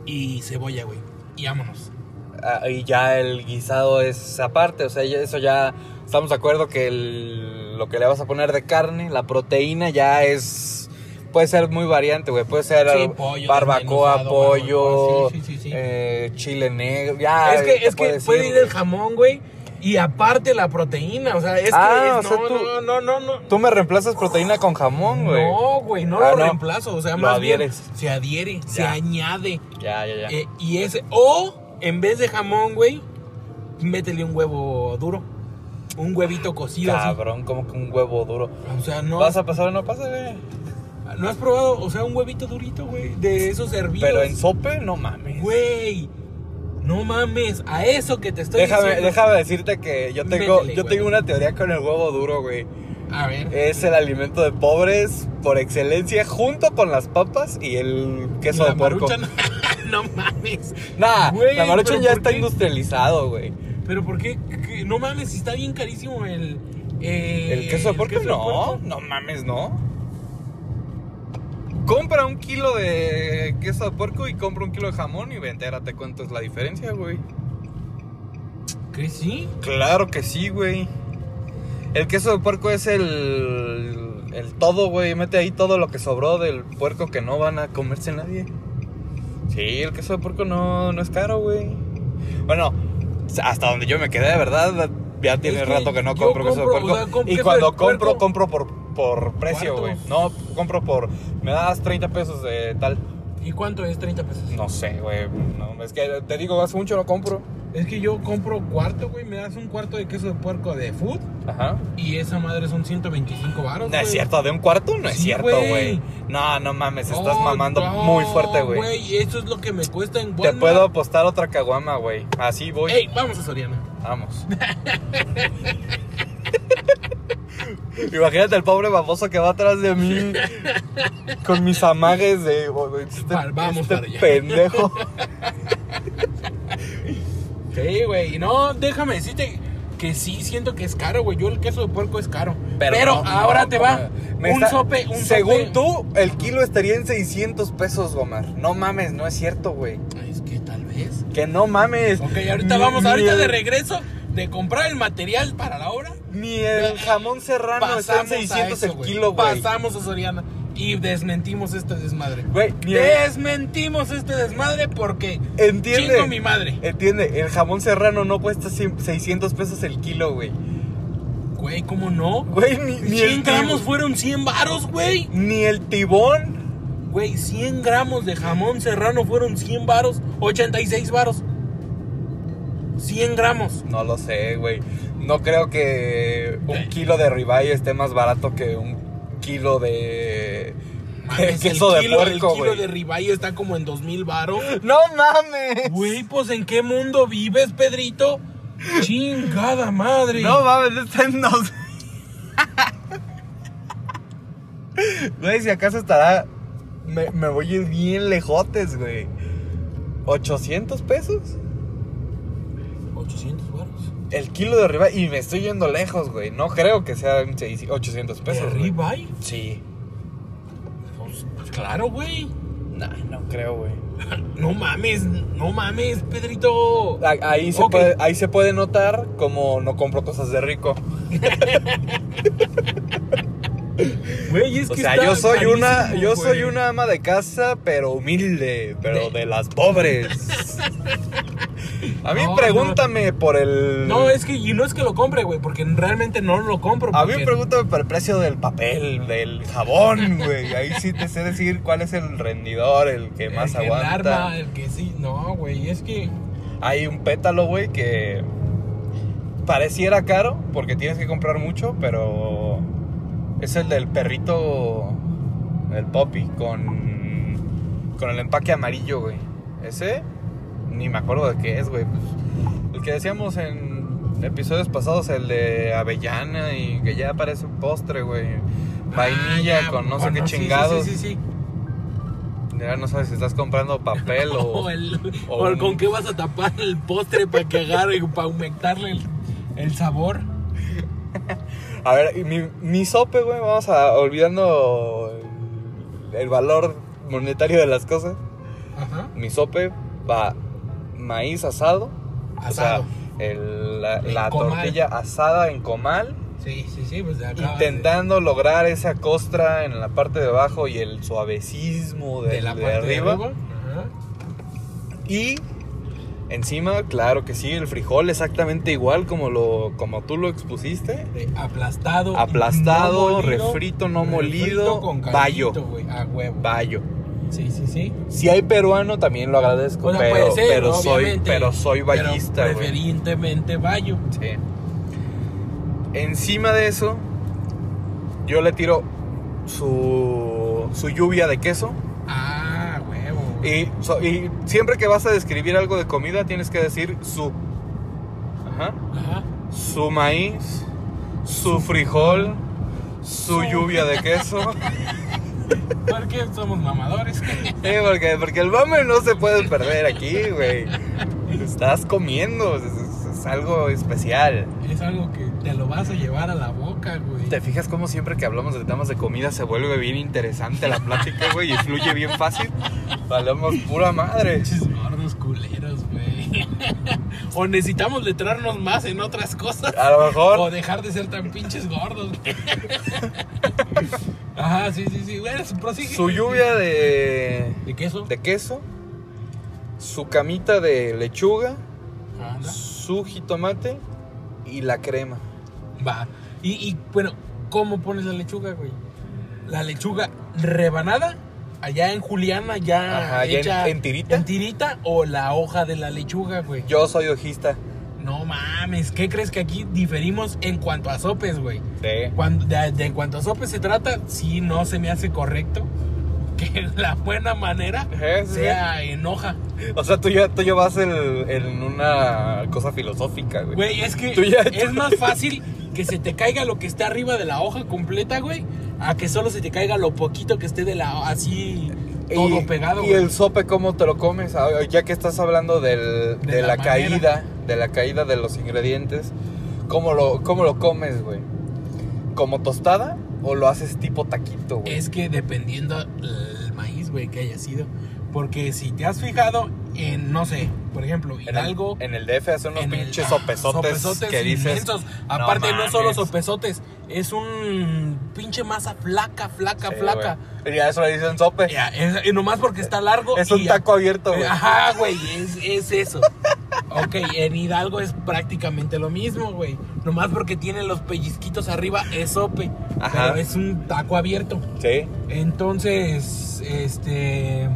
Speaker 2: y cebolla, güey. Y vámonos.
Speaker 4: Ah, y ya el guisado es aparte, o sea, ya- eso ya estamos de acuerdo que el- lo que le vas a poner de carne, la proteína ya es puede ser muy variante, güey, puede ser
Speaker 2: Sí, pollo
Speaker 4: barbacoa,
Speaker 2: desmenuzado,
Speaker 4: pollo,
Speaker 2: barbacoa, sí, sí, sí, sí.
Speaker 4: eh, chile negro, ya
Speaker 2: es que,
Speaker 4: te
Speaker 2: es que
Speaker 4: puedes
Speaker 2: puede ir el
Speaker 4: güey.
Speaker 2: jamón, güey. Y aparte la proteína, o sea, es
Speaker 4: Ah,
Speaker 2: que
Speaker 4: o
Speaker 2: es-
Speaker 4: sea,
Speaker 2: no,
Speaker 4: tú-
Speaker 2: no, no, no, no.
Speaker 4: Tú me reemplazas proteína con jamón, güey.
Speaker 2: No, güey, no
Speaker 4: Ah,
Speaker 2: lo
Speaker 4: no.
Speaker 2: reemplazo, o sea,
Speaker 4: Lo
Speaker 2: más
Speaker 4: adhieres.
Speaker 2: bien se adhiere, se
Speaker 4: Ya.
Speaker 2: añade.
Speaker 4: Ya, ya, ya.
Speaker 2: eh, y ese o en vez de jamón, güey, métele un huevo duro, un huevito cocido así.
Speaker 4: Cabrón, como que un huevo duro.
Speaker 2: O sea, no
Speaker 4: ¿Vas a pasar o no pasa, güey?
Speaker 2: no has probado, o sea, un huevito durito, güey, de esos hervidos.
Speaker 4: Pero en sope, no mames.
Speaker 2: Güey, no mames, a eso que te estoy
Speaker 4: déjame,
Speaker 2: diciendo.
Speaker 4: déjame decirte que yo tengo,
Speaker 2: Métele,
Speaker 4: yo
Speaker 2: güey.
Speaker 4: tengo una teoría con el huevo duro, güey.
Speaker 2: A ver.
Speaker 4: Es el alimento de pobres por excelencia, junto con las papas y el queso
Speaker 2: la
Speaker 4: de puerco.
Speaker 2: maruchan, no (laughs) mames.
Speaker 4: Nah,
Speaker 2: Güey,
Speaker 4: la maruchan
Speaker 2: ¿pero
Speaker 4: ya
Speaker 2: por
Speaker 4: está
Speaker 2: qué?
Speaker 4: industrializado, güey.
Speaker 2: Pero ¿por qué? ¿Qué? No mames, está bien carísimo el... eh,
Speaker 4: ¿El queso de puerco?
Speaker 2: de
Speaker 4: no,
Speaker 2: puerco.
Speaker 4: no mames, no. Compra un kilo de queso de puerco y compra un kilo de jamón y ve, entérate cuánto es la diferencia, güey.
Speaker 2: ¿Qué sí?
Speaker 4: Claro que sí, güey. El queso de puerco es el, el todo, güey. Mete ahí todo lo que sobró del puerco que no van a comerse nadie. Sí, el queso de puerco no, no es caro, güey. Bueno, hasta donde yo me quedé, de verdad, ya tiene
Speaker 2: que
Speaker 4: rato que no
Speaker 2: yo
Speaker 4: compro, queso de
Speaker 2: compro,
Speaker 4: puerco.
Speaker 2: o sea, com-
Speaker 4: y
Speaker 2: queso
Speaker 4: cuando
Speaker 2: de
Speaker 4: compro,
Speaker 2: puerco.
Speaker 4: compro por, por precio, güey.
Speaker 2: ¿Cuántos?
Speaker 4: No, compro por... Me das 30 pesos de tal.
Speaker 2: ¿Y cuánto es 30 pesos?
Speaker 4: No sé, güey. No, es que te digo, hace mucho no compro.
Speaker 2: Es que yo compro cuarto, güey, me das un cuarto de queso de puerco de food
Speaker 4: Ajá.
Speaker 2: y esa madre son 125 baros,
Speaker 4: No es cierto, de un cuarto no es
Speaker 2: Sí,
Speaker 4: cierto,
Speaker 2: güey.
Speaker 4: güey. No, no mames, estás
Speaker 2: No,
Speaker 4: mamando
Speaker 2: Oh, no,
Speaker 4: muy fuerte, güey.
Speaker 2: eso es lo que me cuesta en
Speaker 4: Te
Speaker 2: Walmart.
Speaker 4: puedo apostar otra caguama, güey. Así voy. (laughs)
Speaker 2: Ey, vamos a Soriana.
Speaker 4: Vamos. Imagínate al pobre baboso que va atrás de mí con mis amagues de oh, güey, este,
Speaker 2: Va- vamos
Speaker 4: este
Speaker 2: para allá.
Speaker 4: pendejo.
Speaker 2: Sí, güey. Y no, déjame decirte que sí siento que es caro, güey. Yo el queso de puerco es caro. Pero,
Speaker 4: no,
Speaker 2: ahora
Speaker 4: no,
Speaker 2: te va
Speaker 4: me
Speaker 2: un
Speaker 4: está-
Speaker 2: sope, un sope.
Speaker 4: Según tú, el kilo estaría en 600 pesos, Gomar. No mames, no es cierto, güey.
Speaker 2: Es que tal vez.
Speaker 4: Que no mames.
Speaker 2: Ok, ahorita
Speaker 4: Ni-
Speaker 2: vamos,
Speaker 4: ni
Speaker 2: ahorita
Speaker 4: el-
Speaker 2: de regreso de comprar el material para la obra.
Speaker 4: Ni el jamón serrano está en
Speaker 2: Pasamos a
Speaker 4: 600
Speaker 2: eso,
Speaker 4: el kilo, güey.
Speaker 2: Pasamos a Soriana y desmentimos este desmadre.
Speaker 4: Güey, ni el-
Speaker 2: Desmentimos este desmadre porque
Speaker 4: Entiende.
Speaker 2: chingo mi madre.
Speaker 4: Entiende, el jamón serrano no cuesta 100 600 pesos el kilo, güey.
Speaker 2: Güey, ¿cómo no?
Speaker 4: Güey, ni, ni
Speaker 2: 100
Speaker 4: el tib-
Speaker 2: gramos fueron 100 varos, güey.
Speaker 4: ni el tibón.
Speaker 2: Güey, 100 gramos de jamón serrano fueron 100 varos, 86 varos. 100
Speaker 4: (laughs)
Speaker 2: gramos.
Speaker 4: No lo sé, güey. No creo que un kilo de ribeye esté más barato que un kilo de
Speaker 2: Mames,
Speaker 4: queso
Speaker 2: Pues el
Speaker 4: de
Speaker 2: kilo,
Speaker 4: puerco,
Speaker 2: El kilo
Speaker 4: güey.
Speaker 2: de ribeye está como en 2000
Speaker 4: (laughs)
Speaker 2: varos.
Speaker 4: No mames.
Speaker 2: Güey, pues ¿en qué mundo vives, Pedrito? Chingada madre.
Speaker 4: No mames, está en dos. Güey, si acaso estará. Me, me voy a ir bien lejotes, güey. ¿800 pesos?
Speaker 2: 800 baros.
Speaker 4: El kilo de arriba y me estoy yendo lejos, güey. No creo que sean seis- 800
Speaker 2: ¿De
Speaker 4: pesos. güey.
Speaker 2: ribeye?
Speaker 4: Sí.
Speaker 2: Pues, pues, claro, güey.
Speaker 4: Nah, no creo, güey.
Speaker 2: No mames, no mames, Pedrito.
Speaker 4: A- Ahí se,
Speaker 2: Ok.
Speaker 4: puede, ahí se puede notar como no compro cosas de rico.
Speaker 2: Güey, es
Speaker 4: O
Speaker 2: que
Speaker 4: sea,
Speaker 2: está
Speaker 4: yo soy
Speaker 2: carísimo,
Speaker 4: una, yo
Speaker 2: güey.
Speaker 4: soy una ama de casa, pero humilde, pero
Speaker 2: De-
Speaker 4: de, las pobres. A mí
Speaker 2: No,
Speaker 4: pregúntame por el.
Speaker 2: No, es que y no es que lo compre, güey, porque realmente no lo compro.
Speaker 4: A mí
Speaker 2: porque-
Speaker 4: pregúntame por el precio del papel, del jabón, güey. Ahí sí te sé decir cuál es el rendidor, el que
Speaker 2: (laughs)
Speaker 4: más
Speaker 2: el que
Speaker 4: aguanta.
Speaker 2: larva, el que sí, no, güey, es que
Speaker 4: Hay un pétalo, güey, que pareciera caro porque tienes que comprar mucho, pero es el del perrito, el Poppy, con, con el empaque amarillo, güey. Ese, ni me acuerdo de qué es, güey. pues, el que decíamos en episodios pasados, el de avellana y que ya parece un postre, güey. Vainilla
Speaker 2: Ah, ya,
Speaker 4: con no sé
Speaker 2: con-
Speaker 4: qué
Speaker 2: sí, sí,
Speaker 4: chingados.
Speaker 2: Sí, sí, sí.
Speaker 4: Ya no sabes si estás comprando
Speaker 2: (laughs)
Speaker 4: papel o...
Speaker 2: O, el,
Speaker 4: o
Speaker 2: o el
Speaker 4: un-
Speaker 2: con qué vas a tapar el postre para que agarre, (laughs) para humectarle el, el sabor.
Speaker 4: A ver, y mi, mi sope, güey, vamos a olvidando el valor monetario de las cosas.
Speaker 2: Ajá.
Speaker 4: Mi sope va maíz asado.
Speaker 2: Asado.
Speaker 4: O sea, el- la,
Speaker 2: En
Speaker 4: la
Speaker 2: comal.
Speaker 4: tortilla asada en comal.
Speaker 2: Sí, sí, sí, pues de acá.
Speaker 4: intentando lograr esa costra en la parte de abajo y el suavecismo
Speaker 2: de,
Speaker 4: de,
Speaker 2: de la
Speaker 4: de
Speaker 2: parte
Speaker 4: arriba.
Speaker 2: de arriba. Ajá.
Speaker 4: Y encima, claro que sí, el frijol exactamente igual como, lo, como tú lo expusiste.
Speaker 2: De aplastado.
Speaker 4: Aplastado, refrito, no molido,
Speaker 2: caldito,
Speaker 4: bayo.
Speaker 2: güey, A huevo.
Speaker 4: Bayo.
Speaker 2: Sí, sí, sí.
Speaker 4: Si hay peruano, también lo agradezco.
Speaker 2: O sea,
Speaker 4: pero,
Speaker 2: puede ser,
Speaker 4: pero soy,
Speaker 2: obviamente,
Speaker 4: pero soy
Speaker 2: pero
Speaker 4: ballista, güey.
Speaker 2: Preferentemente bayo.
Speaker 4: Sí. Encima de eso, yo le tiro su, su lluvia de queso.
Speaker 2: Ah, huevo. güey.
Speaker 4: Y, so- y siempre que vas a describir algo de comida, tienes que decir su. Ajá.
Speaker 2: Ajá.
Speaker 4: Su maíz, su frijol, su
Speaker 2: Su-
Speaker 4: lluvia de
Speaker 2: (laughs)
Speaker 4: queso.
Speaker 2: Porque somos mamadores. (laughs)
Speaker 4: Sí, porque, porque el ramen no se puede perder aquí, güey. Estás comiendo, es, es- es algo especial.
Speaker 2: es algo que te lo vas a llevar a la boca, güey.
Speaker 4: ¿Te fijas cómo siempre que hablamos de temas de comida se vuelve bien interesante la plática, güey, y fluye bien fácil? Hablamos pura madre.
Speaker 2: Pinches gordos culeros, güey. (laughs) o necesitamos letrarnos más en otras cosas.
Speaker 4: A lo mejor,
Speaker 2: O dejar de ser tan pinches gordos. güey. (laughs) Ajá, sí, sí, sí. Bueno, prosigue.
Speaker 4: su lluvia de,
Speaker 2: ¿De queso?
Speaker 4: de queso, su camita de lechuga,
Speaker 2: Anda.
Speaker 4: su jitomate y la crema.
Speaker 2: Va. Y, y, bueno, ¿cómo pones la lechuga, güey? La lechuga rebanada, allá en Juliana, ya
Speaker 4: Ajá, ya en-
Speaker 2: hecha
Speaker 4: en tirita.
Speaker 2: en tirita, o la hoja de la lechuga, güey.
Speaker 4: Yo soy hojista.
Speaker 2: No mames, ¿qué crees que aquí diferimos en cuanto a sopes, güey?
Speaker 4: Sí.
Speaker 2: Cuando, de, de en cuanto a sopes se trata, sí, no se me hace correcto que (laughs) la buena manera
Speaker 4: Ajá, sí, sí.
Speaker 2: sea en hoja.
Speaker 4: O sea, tú ya, tú ya vas en, en una cosa filosófica, güey.
Speaker 2: Güey, es que
Speaker 4: Tú ya-
Speaker 2: es más fácil que se te caiga lo que está arriba de la hoja completa, güey, a que solo se te caiga lo poquito que esté de la así todo
Speaker 4: Y-
Speaker 2: pegado,
Speaker 4: Y
Speaker 2: güey.
Speaker 4: el sope, ¿cómo te lo comes? Ah, Ya que estás hablando del- de,
Speaker 2: De
Speaker 4: la,
Speaker 2: la manera.
Speaker 4: caída, de la caída de los ingredientes, ¿cómo lo, cómo lo comes, güey? ¿Como tostada o lo haces tipo taquito, güey?
Speaker 2: Es que dependiendo el maíz, güey, que haya sido. Porque si te has fijado en, no sé, por ejemplo,
Speaker 4: en el-
Speaker 2: Hidalgo.
Speaker 4: En el DF hacen unos
Speaker 2: en el-
Speaker 4: pinches
Speaker 2: ah,
Speaker 4: sopesotes,
Speaker 2: sopesotes
Speaker 4: que dices.
Speaker 2: inmensos. Aparte, no, solo
Speaker 4: mames".
Speaker 2: sopesotes, es un pinche masa flaca, flaca,
Speaker 4: Sí,
Speaker 2: flaca.
Speaker 4: "Eh, güey. Y a eso le dicen sope.
Speaker 2: Ya, es- y nomás porque está largo.
Speaker 4: Es un
Speaker 2: y-
Speaker 4: taco abierto, güey.
Speaker 2: Ajá, güey, es, es eso. ok, en Hidalgo es prácticamente lo mismo, güey. Nomás porque tiene los pellizquitos arriba es sope.
Speaker 4: Ajá.
Speaker 2: Pero es un taco abierto.
Speaker 4: Sí.
Speaker 2: Entonces, este.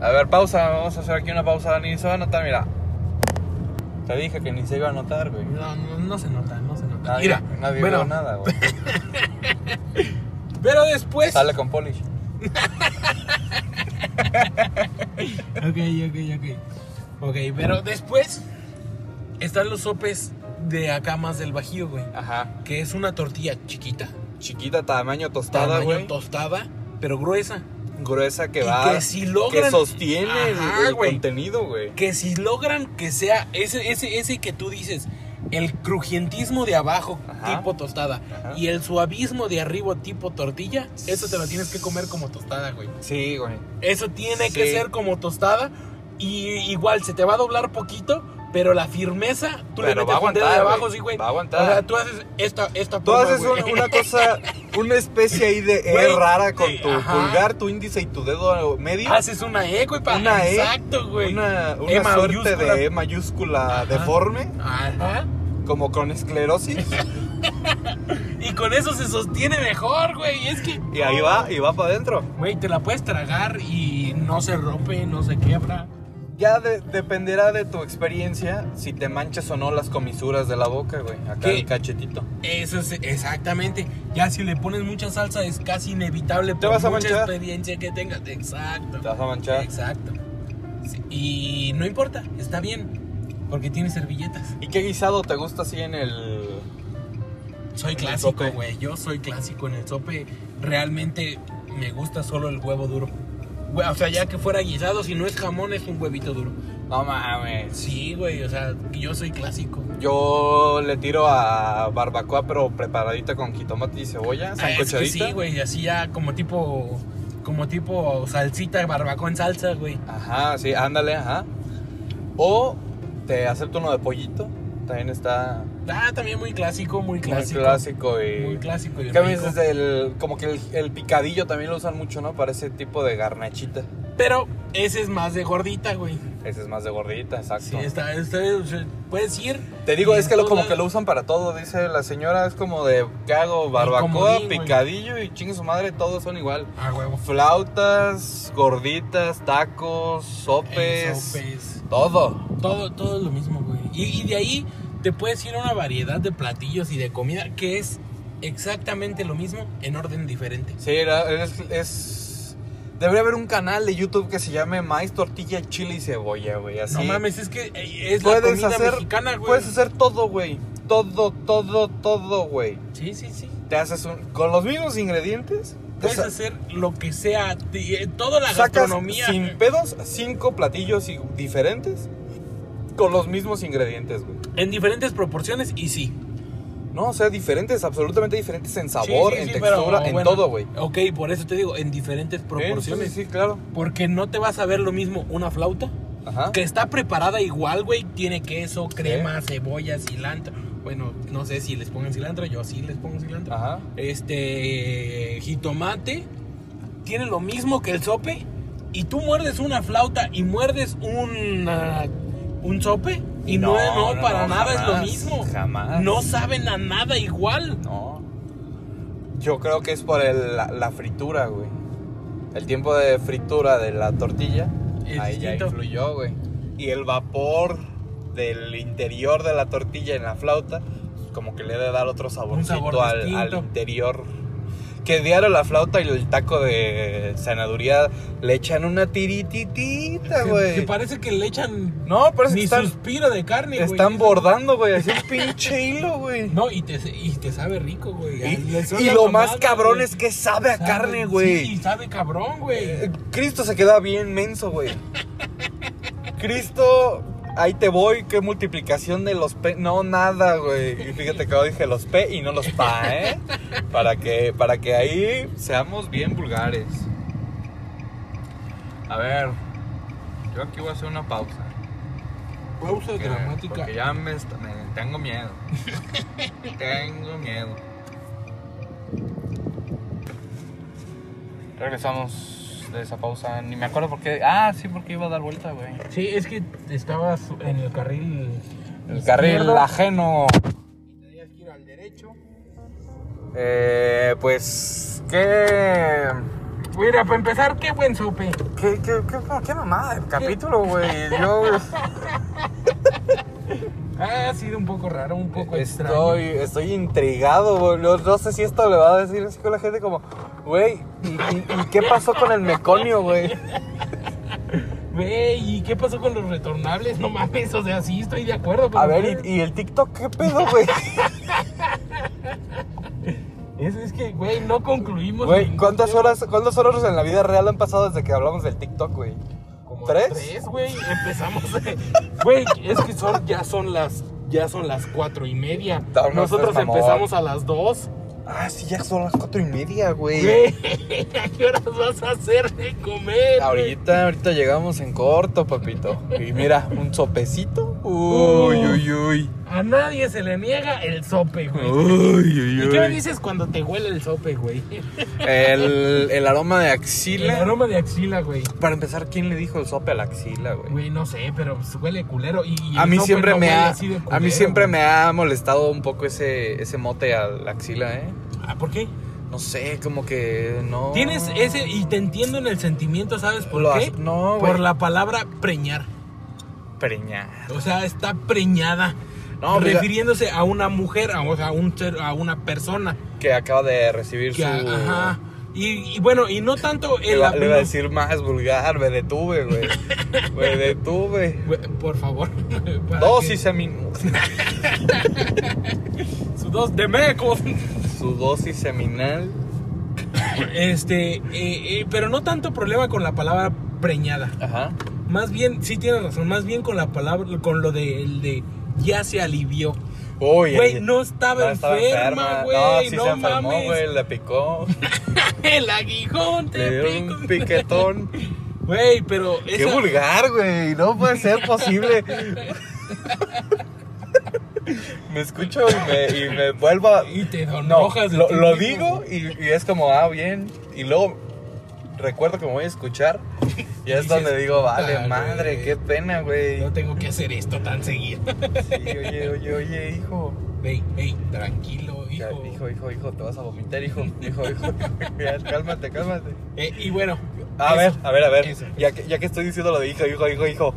Speaker 4: A ver, pausa. Vamos a hacer aquí una pausa. Ni se va a notar, mira. Te dije que ni se iba a notar, güey.
Speaker 2: No, no, no se nota, no se nota.
Speaker 4: Nadie-
Speaker 2: Mira,
Speaker 4: nadie
Speaker 2: bueno,
Speaker 4: vio
Speaker 2: (laughs)
Speaker 4: nada, güey.
Speaker 2: pero después.
Speaker 4: Sale con polish.
Speaker 2: Ok, ok, ok. Ok, pero después están los sopes de acá más del bajío, güey.
Speaker 4: Ajá.
Speaker 2: Que es una tortilla chiquita.
Speaker 4: Chiquita, tamaño tostada,
Speaker 2: tamaño
Speaker 4: güey.
Speaker 2: tostada, pero gruesa.
Speaker 4: gruesa que
Speaker 2: Y
Speaker 4: va.
Speaker 2: que si logran-
Speaker 4: que sostiene el-
Speaker 2: Ajá,
Speaker 4: el
Speaker 2: güey.
Speaker 4: contenido, güey.
Speaker 2: Que si logran que sea ese, ese, ese que tú dices, el crujientismo de abajo,
Speaker 4: Ajá.
Speaker 2: tipo tostada,
Speaker 4: Ajá.
Speaker 2: y el suavismo de arriba, tipo tortilla, eso te lo tienes que comer como tostada, güey.
Speaker 4: Sí, güey.
Speaker 2: Eso tiene que
Speaker 4: Sí.
Speaker 2: ser como tostada. Y igual se te va a doblar poquito, pero la firmeza, tú le
Speaker 4: Pero
Speaker 2: metes
Speaker 4: va a
Speaker 2: un dedo de
Speaker 4: aguantar,
Speaker 2: abajo,
Speaker 4: güey.
Speaker 2: sí, güey.
Speaker 4: Va a aguantar.
Speaker 2: O sea, tú haces esta, esta
Speaker 4: Tú
Speaker 2: forma,
Speaker 4: haces
Speaker 2: güey.
Speaker 4: una, una cosa, una especie ahí de E
Speaker 2: Güey,
Speaker 4: rara con
Speaker 2: sí,
Speaker 4: tu
Speaker 2: ajá.
Speaker 4: pulgar, tu índice y tu dedo medio.
Speaker 2: (laughs) Haces una E, güey, para.
Speaker 4: Una E,
Speaker 2: Exacto, güey.
Speaker 4: Una, una
Speaker 2: E
Speaker 4: suerte
Speaker 2: mayúscula.
Speaker 4: de E mayúscula
Speaker 2: Ajá.
Speaker 4: deforme,
Speaker 2: Ajá.
Speaker 4: como
Speaker 2: (laughs)
Speaker 4: con esclerosis.
Speaker 2: Y con eso se sostiene mejor, güey. Es que.
Speaker 4: y ahí va, y va para adentro.
Speaker 2: Güey, te la puedes tragar y no se rompe, no se quiebra.
Speaker 4: Ya de- dependerá de tu experiencia si te manchas o no las comisuras de la boca, güey. Acá
Speaker 2: ¿Qué?
Speaker 4: el cachetito.
Speaker 2: Eso es exactamente. Ya si le pones mucha salsa es casi inevitable por
Speaker 4: vas a
Speaker 2: mucha
Speaker 4: manchar.
Speaker 2: experiencia que tengas. Exacto.
Speaker 4: Te vas a manchar.
Speaker 2: Exacto. Sí, Y no importa, está bien. Porque tiene servilletas.
Speaker 4: ¿Y qué guisado te gusta así en el.
Speaker 2: Soy
Speaker 4: el
Speaker 2: clásico,
Speaker 4: sope.
Speaker 2: güey. Yo soy clásico en el sope. Realmente me gusta solo el huevo duro. Güey, O sea, ya que fuera guisado, si no es jamón, es un huevito duro.
Speaker 4: No mames.
Speaker 2: Sí, güey. O sea, yo soy clásico.
Speaker 4: Yo le tiro a barbacoa, pero preparadita con jitomate y cebolla,
Speaker 2: Ah, es
Speaker 4: sancochadita.
Speaker 2: que sí, güey. Así ya como tipo. Como tipo salsita, barbacoa en salsa, güey.
Speaker 4: Ajá, sí, ándale, ajá. O te acepto uno de pollito. También está
Speaker 2: Ah, también muy clásico, muy
Speaker 4: muy
Speaker 2: clásico.
Speaker 4: clásico y.
Speaker 2: Muy clásico. y
Speaker 4: Que a
Speaker 2: rico.
Speaker 4: veces el, como que el, el picadillo también lo usan mucho, ¿no? Para ese tipo de garnachita.
Speaker 2: Pero ese es más de gordita, güey.
Speaker 4: Ese es más de gordita, exacto.
Speaker 2: Sí, está, está- puedes ir.
Speaker 4: Te digo,
Speaker 2: y
Speaker 4: es que lo, como
Speaker 2: entonces-
Speaker 4: que lo usan para todo, dice la señora. Es como de, ¿qué hago? Barbacoa,
Speaker 2: comodín, güey.
Speaker 4: picadillo y chingue su madre, todos son igual.
Speaker 2: Ah, huevo.
Speaker 4: Flautas, gorditas, tacos, sopes,
Speaker 2: Sopes.
Speaker 4: todo.
Speaker 2: Todo, todo es lo mismo, güey. Y, y de ahí te puedes ir a una variedad de platillos y de comida que es exactamente lo mismo en orden diferente.
Speaker 4: Sí, era- es, es- Debería haber un canal de YouTube que se llame Maíz, Tortilla, Chile y Cebolla, güey. Así.
Speaker 2: No mames, es que eh, es la
Speaker 4: Puedes
Speaker 2: comida
Speaker 4: hacer,
Speaker 2: mexicana, güey.
Speaker 4: puedes hacer todo, güey. Todo, todo, todo, güey.
Speaker 2: Sí, sí, sí.
Speaker 4: Te haces un... Con los mismos ingredientes... te
Speaker 2: Puedes
Speaker 4: sa-
Speaker 2: hacer lo que sea, te- eh, toda la
Speaker 4: sacas
Speaker 2: gastronomía.
Speaker 4: sin pedos cinco platillos y- diferentes con los mismos ingredientes, güey.
Speaker 2: En diferentes proporciones y sí.
Speaker 4: No, o sea, diferentes, absolutamente diferentes en sabor,
Speaker 2: Sí, sí,
Speaker 4: en
Speaker 2: sí, pero,
Speaker 4: textura, en
Speaker 2: bueno,
Speaker 4: todo, güey.
Speaker 2: Ok, por eso te digo, en diferentes proporciones.
Speaker 4: Sí, sí, sí, claro.
Speaker 2: Porque no te vas a ver lo mismo una flauta
Speaker 4: Ajá.
Speaker 2: que está preparada igual, güey. Tiene queso, crema, cebolla, cilantro. Bueno, no sé si les pongan cilantro, yo sí les pongo cilantro.
Speaker 4: Ajá.
Speaker 2: Este, jitomate. Tiene lo mismo que el sope. Y tú muerdes una flauta y muerdes una- un sope. Y no, no, para
Speaker 4: no,
Speaker 2: nada es lo
Speaker 4: jamás,
Speaker 2: mismo.
Speaker 4: Jamás.
Speaker 2: No saben a nada igual.
Speaker 4: No. Yo creo que es por el- la, la fritura, güey. El tiempo de fritura de la tortilla.
Speaker 2: Es
Speaker 4: ahí ya
Speaker 2: distinto.
Speaker 4: influyó, güey. Y el vapor del interior de la tortilla en la flauta, como que le debe dar otro saborcito
Speaker 2: sabor
Speaker 4: al, al
Speaker 2: distinto.
Speaker 4: interior. que diario la flauta y el taco de zanaduría le echan una tirititita,
Speaker 2: Que, que
Speaker 4: güey.
Speaker 2: parece que le echan
Speaker 4: No, parece
Speaker 2: ni
Speaker 4: que están,
Speaker 2: suspiro de carne, güey.
Speaker 4: están bordando, güey, así un pinche hilo, güey.
Speaker 2: No, y te, y te sabe rico, güey.
Speaker 4: Y,
Speaker 2: Le suena
Speaker 4: y lo
Speaker 2: mamada,
Speaker 4: más cabrón
Speaker 2: güey.
Speaker 4: es que sabe a
Speaker 2: Sabe-
Speaker 4: carne, güey.
Speaker 2: Sí, sabe cabrón, güey.
Speaker 4: Eh, Cristo se queda bien menso, güey. Cristo, ahí te voy, qué multiplicación de los P. No, nada, güey. Y fíjate que ahora dije los P y no los PA, ¿eh? Para que, para que ahí seamos bien vulgares. A ver, yo aquí voy a hacer una pausa.
Speaker 2: Pausa
Speaker 4: Porque-
Speaker 2: dramática.
Speaker 4: Porque ya me, est- me-
Speaker 2: (laughs)
Speaker 4: tengo miedo. tengo miedo. Regresamos de esa pausa. Ni me acuerdo por qué. Ah, sí, porque iba a dar vuelta, güey.
Speaker 2: Sí, es que estabas en el carril.
Speaker 4: El carril
Speaker 2: izquierdo.
Speaker 4: ajeno.
Speaker 2: Tenías que ir al derecho.
Speaker 4: Eh, pues. ¿Qué.
Speaker 2: Mira, para empezar, qué buen sope.
Speaker 4: ¿Qué, qué, qué, qué mamada el
Speaker 2: (laughs)
Speaker 4: capítulo, güey? Yo
Speaker 2: Ha sido un poco raro, un poco extraño.
Speaker 4: estoy, estoy intrigado, güey. No, no sé si esto le va a decir así con la gente como, güey, ¿y, y, y qué pasó con el meconio, güey?
Speaker 2: Güey, ¿y qué pasó con los retornables? No mames, o sea, sí, estoy de acuerdo. con
Speaker 4: A ver,
Speaker 2: ustedes.
Speaker 4: ¿y, y el TikTok qué pedo, (laughs) güey?
Speaker 2: Es, es que, güey, no concluimos.
Speaker 4: Güey,
Speaker 2: ningún
Speaker 4: ¿cuántas
Speaker 2: tema.
Speaker 4: horas, ¿cuántas horas en la vida real han pasado desde que hablamos del TikTok, güey?
Speaker 2: Como
Speaker 4: ¿Tres?
Speaker 2: Tres, güey. Empezamos. (laughs) eh. Güey, es que son, ya son las. Ya son las cuatro y media.
Speaker 4: No, no
Speaker 2: Nosotros
Speaker 4: seas mamón.
Speaker 2: empezamos a las dos.
Speaker 4: Ah, sí, ya son las cuatro y media, güey.
Speaker 2: Güey, (laughs) ¿a qué horas vas a hacer de comer? güey?
Speaker 4: Ahorita, ahorita llegamos en corto, papito. Y mira, un sopecito. Uy, uy, uy.
Speaker 2: A nadie se le niega el sope, güey.
Speaker 4: Uy, uy,
Speaker 2: ¿Y qué me
Speaker 4: uy.
Speaker 2: dices cuando te huele el sope, güey?
Speaker 4: El, el aroma de
Speaker 2: El
Speaker 4: axila.
Speaker 2: aroma de axila, güey.
Speaker 4: Para empezar, ¿quién le dijo el sope a la axila, güey?
Speaker 2: Güey, no sé, pero pues, huele culero. Y, y
Speaker 4: A
Speaker 2: el
Speaker 4: mí
Speaker 2: sope
Speaker 4: siempre
Speaker 2: no
Speaker 4: me
Speaker 2: huele
Speaker 4: ha,
Speaker 2: así de
Speaker 4: a
Speaker 2: culero,
Speaker 4: mí siempre
Speaker 2: güey.
Speaker 4: me ha molestado un poco ese, ese mote a la axila, ¿eh?
Speaker 2: Ah, ¿Por qué?
Speaker 4: No sé, como que no.
Speaker 2: Tienes ese, y te entiendo en el sentimiento, ¿sabes por
Speaker 4: Lo
Speaker 2: qué?
Speaker 4: as- no, güey.
Speaker 2: por la palabra preñar.
Speaker 4: preñar.
Speaker 2: O sea, está preñada.
Speaker 4: No, pues,
Speaker 2: refiriéndose a una mujer, a, o sea, a un ser, a una persona.
Speaker 4: que acaba de recibir
Speaker 2: Que,
Speaker 4: su.
Speaker 2: ajá. Y, y bueno, y no tanto
Speaker 4: Le
Speaker 2: el
Speaker 4: iba, le iba
Speaker 2: apellido-
Speaker 4: a decir más vulgar, me detuve,
Speaker 2: (laughs)
Speaker 4: güey. Me detuve.
Speaker 2: Güey, Por favor. (laughs) para
Speaker 4: Dosis a minuto.
Speaker 2: que- Su dos de mecos.
Speaker 4: (laughs) Su dosis seminal.
Speaker 2: Este, eh, eh, pero no tanto problema con la palabra preñada.
Speaker 4: Ajá.
Speaker 2: Más bien, sí tienes razón, más bien con la palabra, con lo de, el de ya se alivió.
Speaker 4: Uy,
Speaker 2: Güey,
Speaker 4: el-
Speaker 2: no estaba enferma, güey. No,
Speaker 4: No, sí se enfermó,
Speaker 2: mames.
Speaker 4: güey. Le picó.
Speaker 2: (laughs) El aguijón
Speaker 4: Le
Speaker 2: te
Speaker 4: dio un
Speaker 2: pico. (laughs)
Speaker 4: piquetón.
Speaker 2: Güey, pero
Speaker 4: Qué
Speaker 2: esa-
Speaker 4: vulgar, güey. No puede ser
Speaker 2: (laughs)
Speaker 4: posible. (laughs) me escucho y me, y me vuelvo a.
Speaker 2: Y te
Speaker 4: No,
Speaker 2: enojas. de
Speaker 4: lo,
Speaker 2: ti
Speaker 4: lo
Speaker 2: mismo.
Speaker 4: digo y, y es como, ah, bien. Y luego recuerdo que me voy a escuchar. Y es
Speaker 2: Dices,
Speaker 4: donde digo,
Speaker 2: "Puta,
Speaker 4: vale, madre,
Speaker 2: güey".
Speaker 4: qué pena, güey.
Speaker 2: No tengo que hacer esto tan seguido. (laughs)
Speaker 4: Sí, (laughs) oye, oye, oye, hijo.
Speaker 2: Ey, ey, tranquilo,
Speaker 4: Ya,
Speaker 2: hijo.
Speaker 4: hijo, hijo, hijo, te vas a vomitar, hijo. Hijo, hijo. (laughs) Ya, cálmate, cálmate.
Speaker 2: Eh, y bueno.
Speaker 4: A ver,
Speaker 2: eso.
Speaker 4: a ver, a ver.
Speaker 2: Eso.
Speaker 4: Ya que, ya que estoy diciendo lo de hijo, hijo, hijo, hijo.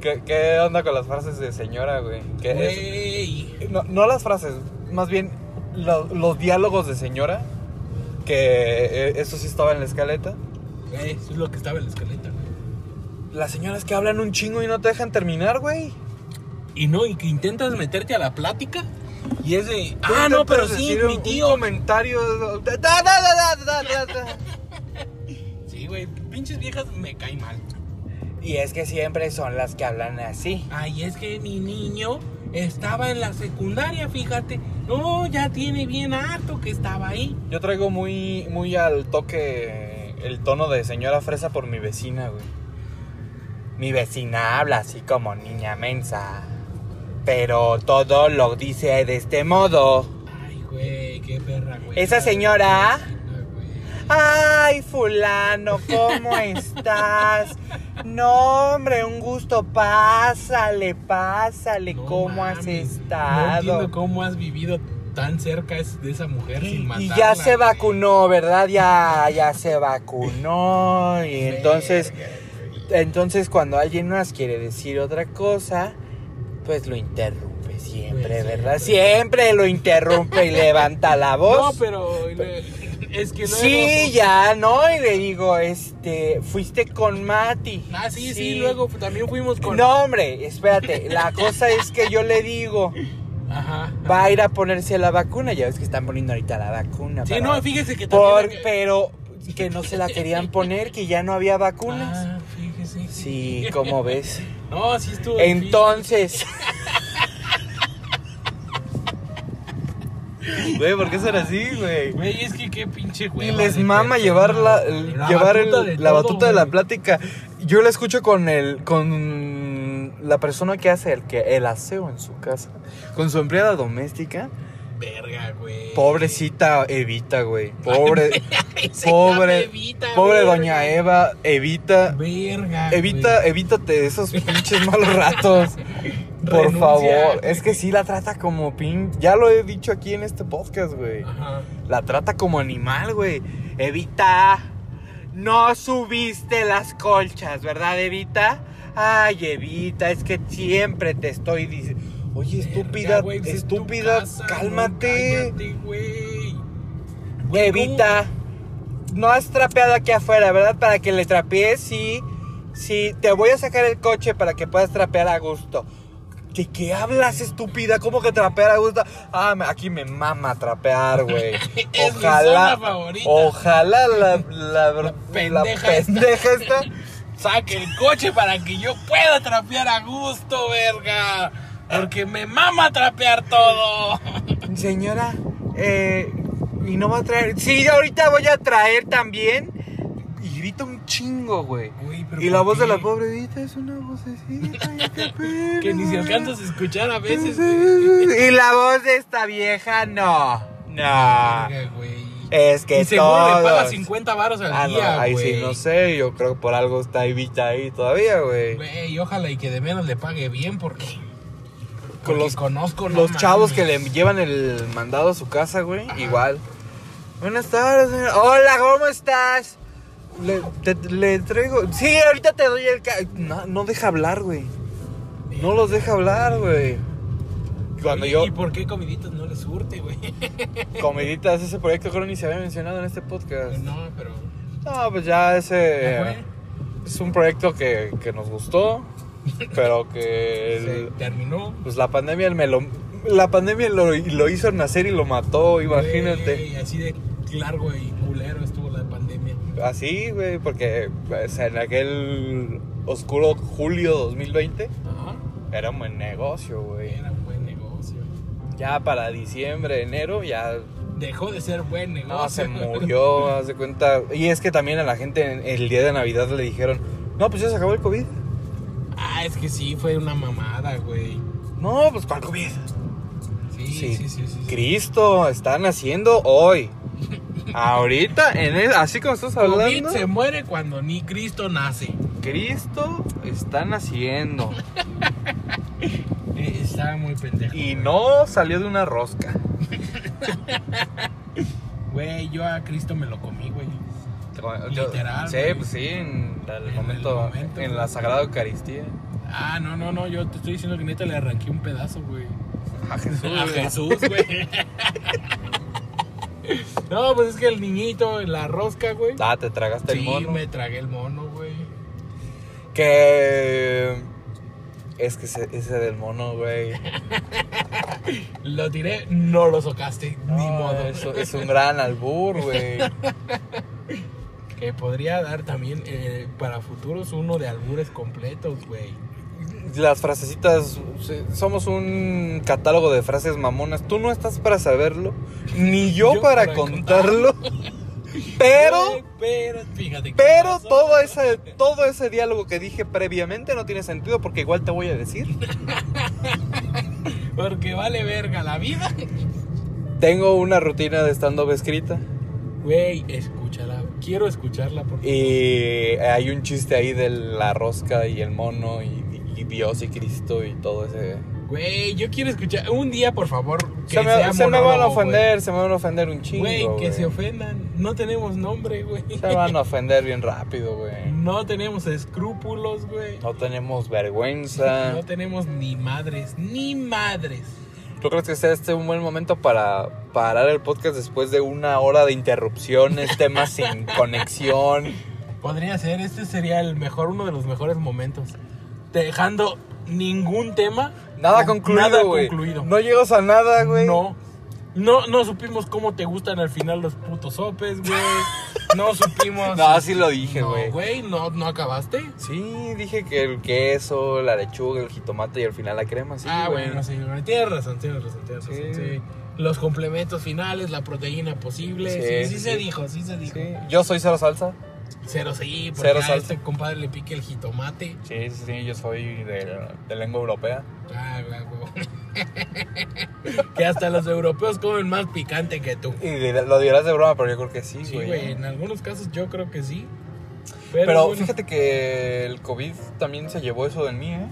Speaker 4: ¿Qué, qué onda con las frases de señora, güey? ¿Qué es-
Speaker 2: Güey.
Speaker 4: No, no las frases, más bien lo- los diálogos de señora. Que eh, eso sí estaba en la escaleta.
Speaker 2: Güey, Eso es lo que estaba en la escaleta. güey.
Speaker 4: Las señoras que hablan un chingo y no te dejan terminar, güey.
Speaker 2: Y no, y que intentas meterte a la plática. Y es de.
Speaker 4: Tú
Speaker 2: Ah, no,
Speaker 4: intentas
Speaker 2: pero sí,
Speaker 4: decir un-
Speaker 2: mi
Speaker 4: un
Speaker 2: tío.
Speaker 4: comentario. da, da, da, da, da, da, da.
Speaker 2: Sí, güey, pinches viejas me cae mal.
Speaker 4: Y es que siempre son las que hablan así.
Speaker 2: Ay, es que mi niño estaba en la secundaria, fíjate. No, ya tiene bien harto que estaba ahí.
Speaker 4: Yo traigo muy, muy al toque el tono de señora fresa por mi vecina, güey. Mi vecina habla así como niña mensa. Pero todo lo dice de este modo.
Speaker 2: Ay, güey, qué perra, güey.
Speaker 4: Esa señora.
Speaker 2: Ay, güey.
Speaker 4: Ay, fulano, ¿cómo estás? No, hombre, un gusto. Pásale, pásale.
Speaker 2: No
Speaker 4: ¿Cómo has
Speaker 2: mames,
Speaker 4: estado?
Speaker 2: No entiendo cómo has vivido tan cerca es- de esa mujer sin
Speaker 4: Y
Speaker 2: matarla.
Speaker 4: ya se
Speaker 2: güey.
Speaker 4: vacunó, ¿verdad? Ya, ya se vacunó. Y entonces, entonces cuando alguien más quiere decir otra cosa, pues lo interrumpe siempre,
Speaker 2: Pues
Speaker 4: ¿verdad? Siempre lo interrumpe y levanta la
Speaker 2: No,
Speaker 4: voz.
Speaker 2: pero. le- es que luego. pues.
Speaker 4: Sí, ya, ¿no? Y le digo, este, fuiste con Mati.
Speaker 2: Ah, sí, sí, luego también fuimos con.
Speaker 4: No, hombre, espérate.
Speaker 2: (laughs)
Speaker 4: La cosa es que yo le digo,
Speaker 2: Ajá.
Speaker 4: va a ir a ponerse la vacuna. Ya ves que están poniendo ahorita la vacuna.
Speaker 2: Sí,
Speaker 4: para-
Speaker 2: no, fíjese que también.
Speaker 4: Por, pero que no se la querían poner, que ya no había vacunas.
Speaker 2: Ah, fíjese.
Speaker 4: Sí,
Speaker 2: (laughs)
Speaker 4: como ves.
Speaker 2: No, sí estuvo. (laughs)
Speaker 4: Entonces,
Speaker 5: Güey, ¿por qué son así, güey?
Speaker 2: difícil. Güey, es que qué pinche güey.
Speaker 4: y les mama llevar la, el-
Speaker 2: La
Speaker 4: llevar el-
Speaker 2: batuta de
Speaker 4: la
Speaker 2: todo,
Speaker 4: batuta de la
Speaker 2: güey.
Speaker 4: plática. Yo la escucho con el con la persona que hace el que el aseo en su casa, con su empleada doméstica.
Speaker 2: Verga, güey.
Speaker 4: Pobrecita Evita, güey.
Speaker 2: (laughs)
Speaker 4: Pobre
Speaker 2: Esa
Speaker 4: pobre-
Speaker 2: Evita,
Speaker 4: pobre
Speaker 2: verga.
Speaker 4: doña Eva, Evita.
Speaker 2: Verga.
Speaker 4: Evita,
Speaker 2: (laughs)
Speaker 4: evítate esos pinches malos ratos. Por
Speaker 2: Renuncia.
Speaker 4: favor, es que sí la trata como pin. Ya lo he dicho aquí en este podcast,
Speaker 2: güey.
Speaker 4: güey.
Speaker 2: Ajá.
Speaker 4: La trata como animal, güey. Evita, no subiste las colchas, ¿verdad, Evita? Ay, Evita, es que siempre te estoy diciendo. Oye, estúpida,
Speaker 2: Verga, güey, pues es tu
Speaker 4: estúpida,
Speaker 2: casa, no,
Speaker 4: cálmate.
Speaker 2: cállate, güey. Güey,
Speaker 4: Evita, no has trapeado aquí afuera, ¿verdad? Para que le trapees, sí. Sí, te voy a sacar el coche para que puedas trapear a gusto. ¿De qué hablas, estúpida? ¿Cómo que trapear a gusto? Ah, me- aquí me mama trapear, güey.
Speaker 2: (laughs) Es mi
Speaker 4: Ojalá.
Speaker 2: zona favorita.
Speaker 4: Ojalá la, la, la
Speaker 2: pendeja esta.
Speaker 4: pendeja esta.
Speaker 2: Saque el coche para que yo pueda trapear a gusto, verga. Porque me mama trapear todo.
Speaker 4: Señora, eh, ¿y no va a traer? Sí, ahorita voy a traer también. Y grita un chingo, güey. Y la voz de la pobre Evita es una vocecita. ya qué pena,
Speaker 2: (laughs) Que ni se
Speaker 4: güey.
Speaker 2: alcanzas a escuchar a veces.
Speaker 4: (laughs) Y la voz de esta vieja, no. No.
Speaker 2: Verga, güey.
Speaker 4: Es Ah. que
Speaker 2: Y seguro le paga
Speaker 4: todos.
Speaker 2: 50 varos al
Speaker 4: Ah, no,
Speaker 2: día,
Speaker 4: ahí
Speaker 2: güey.
Speaker 4: sí, no sé. Yo creo que por algo está Evita ahí todavía, güey.
Speaker 2: Güey, ojalá y que de menos le pague bien porque... porque
Speaker 4: los-
Speaker 2: conozco no
Speaker 4: Los chavos que
Speaker 2: mames.
Speaker 4: le llevan el mandado a su casa, güey, igual. Buenas tardes, señora. Hola, ¿cómo estás? Le, te- le traigo. Sí, ahorita te doy el. ca- No, no deja hablar, güey. No los deja hablar, güey. Cuando
Speaker 2: Oye,
Speaker 4: yo.
Speaker 2: ¿Y por qué comiditas no le surte, güey?
Speaker 4: Comiditas, ese proyecto creo ni se había mencionado en este
Speaker 2: (laughs)
Speaker 4: podcast.
Speaker 2: No, pero...
Speaker 4: No, pues ya
Speaker 2: Ya
Speaker 4: ese.
Speaker 2: fue.
Speaker 4: Es un proyecto que, que nos gustó, pero que. el-
Speaker 2: Se terminó.
Speaker 4: Pues la pandemia me lo. La pandemia lo, lo hizo nacer y lo mató, imagínate.
Speaker 2: Güey, así de largo y culero estuvo la pandemia.
Speaker 4: Así, güey, porque eh, o sea, en aquel oscuro julio 2020
Speaker 2: Ajá.
Speaker 4: era un buen negocio, güey.
Speaker 2: Era buen negocio.
Speaker 4: Ya para diciembre, enero, ya
Speaker 2: Dejó de ser buen negocio.
Speaker 4: No, se murió, (laughs) haz de cuenta. Y es que también a la gente en- el día de Navidad le dijeron, no, pues ya se acabó el COVID.
Speaker 2: Ah, es que sí, fue una mamada, güey.
Speaker 4: No, pues ¿cuál COVID?
Speaker 2: Sí,
Speaker 4: Sí.
Speaker 2: sí, sí, sí. sí.
Speaker 4: Cristo, están haciendo
Speaker 2: (laughs)
Speaker 4: hoy. Ahorita, en el- así como estás
Speaker 2: COVID
Speaker 4: hablando,
Speaker 2: se muere cuando ni Cristo nace.
Speaker 4: Cristo están haciendo.
Speaker 2: Eh, Estaba muy pendejo.
Speaker 4: Y
Speaker 2: güey.
Speaker 4: no salió de una rosca.
Speaker 2: Güey, yo a Cristo me lo comí, güey. Literal,
Speaker 4: Sí,
Speaker 2: güey.
Speaker 4: pues sí, en el
Speaker 2: el
Speaker 4: momento,
Speaker 2: momento,
Speaker 4: en
Speaker 2: güey.
Speaker 4: la Sagrada Eucaristía.
Speaker 2: Ah, no, no, no. Yo te estoy diciendo que neta le arranqué un pedazo, güey.
Speaker 4: A Jesús.
Speaker 2: A
Speaker 4: güey.
Speaker 2: Jesús, güey. (laughs) No, pues es que el niñito, la rosca, güey.
Speaker 4: Ah, te tragaste el
Speaker 2: Sí,
Speaker 4: mono.
Speaker 2: me tragué el mono, güey.
Speaker 4: Que. Es que ese, ese del mono, güey.
Speaker 2: Lo tiré, no lo socaste, (laughs) ni
Speaker 4: No,
Speaker 2: modo.
Speaker 4: eso es un gran albur, güey.
Speaker 2: Que podría dar también eh, para futuros uno de albures completos, güey.
Speaker 4: Las frasecitas. sí, Somos un catálogo de frases mamonas. Tú no estás para saberlo, ni yo,
Speaker 2: Yo
Speaker 4: para,
Speaker 2: para
Speaker 4: contarlo. (laughs) Pero.
Speaker 2: Güey, pero, fíjate. que
Speaker 4: Pero
Speaker 2: pasó.
Speaker 4: todo ese, todo ese diálogo que dije previamente no tiene sentido porque igual te voy a decir.
Speaker 2: Porque vale verga la vida.
Speaker 4: Tengo una rutina de stand-up escrita
Speaker 2: Güey, escúchala. Quiero escucharla porque.
Speaker 4: y hay un chiste ahí de la rosca y el mono y, y Dios y Cristo y todo ese...
Speaker 2: Güey, yo quiero escuchar. Un día, por favor. que
Speaker 4: Se me,
Speaker 2: sea
Speaker 4: se me van a
Speaker 2: monólogo, güey.
Speaker 4: ofender, se me van a ofender un chingo.
Speaker 2: Güey, que
Speaker 4: güey.
Speaker 2: se ofendan. No tenemos nombre, güey.
Speaker 4: Se van a ofender bien rápido,
Speaker 2: (laughs)
Speaker 4: güey.
Speaker 2: No tenemos escrúpulos, güey.
Speaker 4: No tenemos vergüenza.
Speaker 2: No tenemos ni madres, ni madres.
Speaker 4: ¿Tú crees que sea este un buen momento para parar el podcast después de una hora de interrupciones,
Speaker 2: (laughs)
Speaker 4: temas sin conexión?
Speaker 2: Podría ser, este sería el mejor, uno de los mejores momentos. Dejando ningún tema.
Speaker 4: Nada
Speaker 2: No, nada
Speaker 4: concluido, güey.
Speaker 2: concluido.
Speaker 4: No llegas a nada, güey.
Speaker 2: No. No, no supimos cómo te gustan al final los putos sopes, güey.
Speaker 4: (laughs)
Speaker 2: No supimos.
Speaker 4: No, sí lo dije,
Speaker 2: No,
Speaker 4: güey.
Speaker 2: güey, no, no acabaste.
Speaker 4: sí, dije que el queso, la lechuga, el jitomate y al final la crema, sí,
Speaker 2: ah,
Speaker 4: güey.
Speaker 2: bueno, sí, bueno, tienes razón, tienes razón, tienes razón. Sí. Los complementos finales, la proteína posible. Sí,
Speaker 4: Sí,
Speaker 2: sí,
Speaker 4: sí,
Speaker 2: se
Speaker 4: sí.
Speaker 2: dijo, sí se dijo.
Speaker 4: Sí. Yo soy cero salsa.
Speaker 2: Cero sí, porque
Speaker 4: Cero
Speaker 2: a
Speaker 4: salsa.
Speaker 2: este compadre le pique el jitomate.
Speaker 4: Sí, sí, sí, yo soy de, de lengua europea.
Speaker 2: Ah, la huevo. (laughs) que hasta los europeos comen más picante que tú.
Speaker 4: Y de- lo dirás de broma, pero yo creo que sí,
Speaker 2: Sí,
Speaker 4: güey.
Speaker 2: güey, en algunos casos yo creo que sí.
Speaker 4: pero
Speaker 2: Pero, bueno.
Speaker 4: fíjate que el COVID también se llevó eso de mí, ¿eh?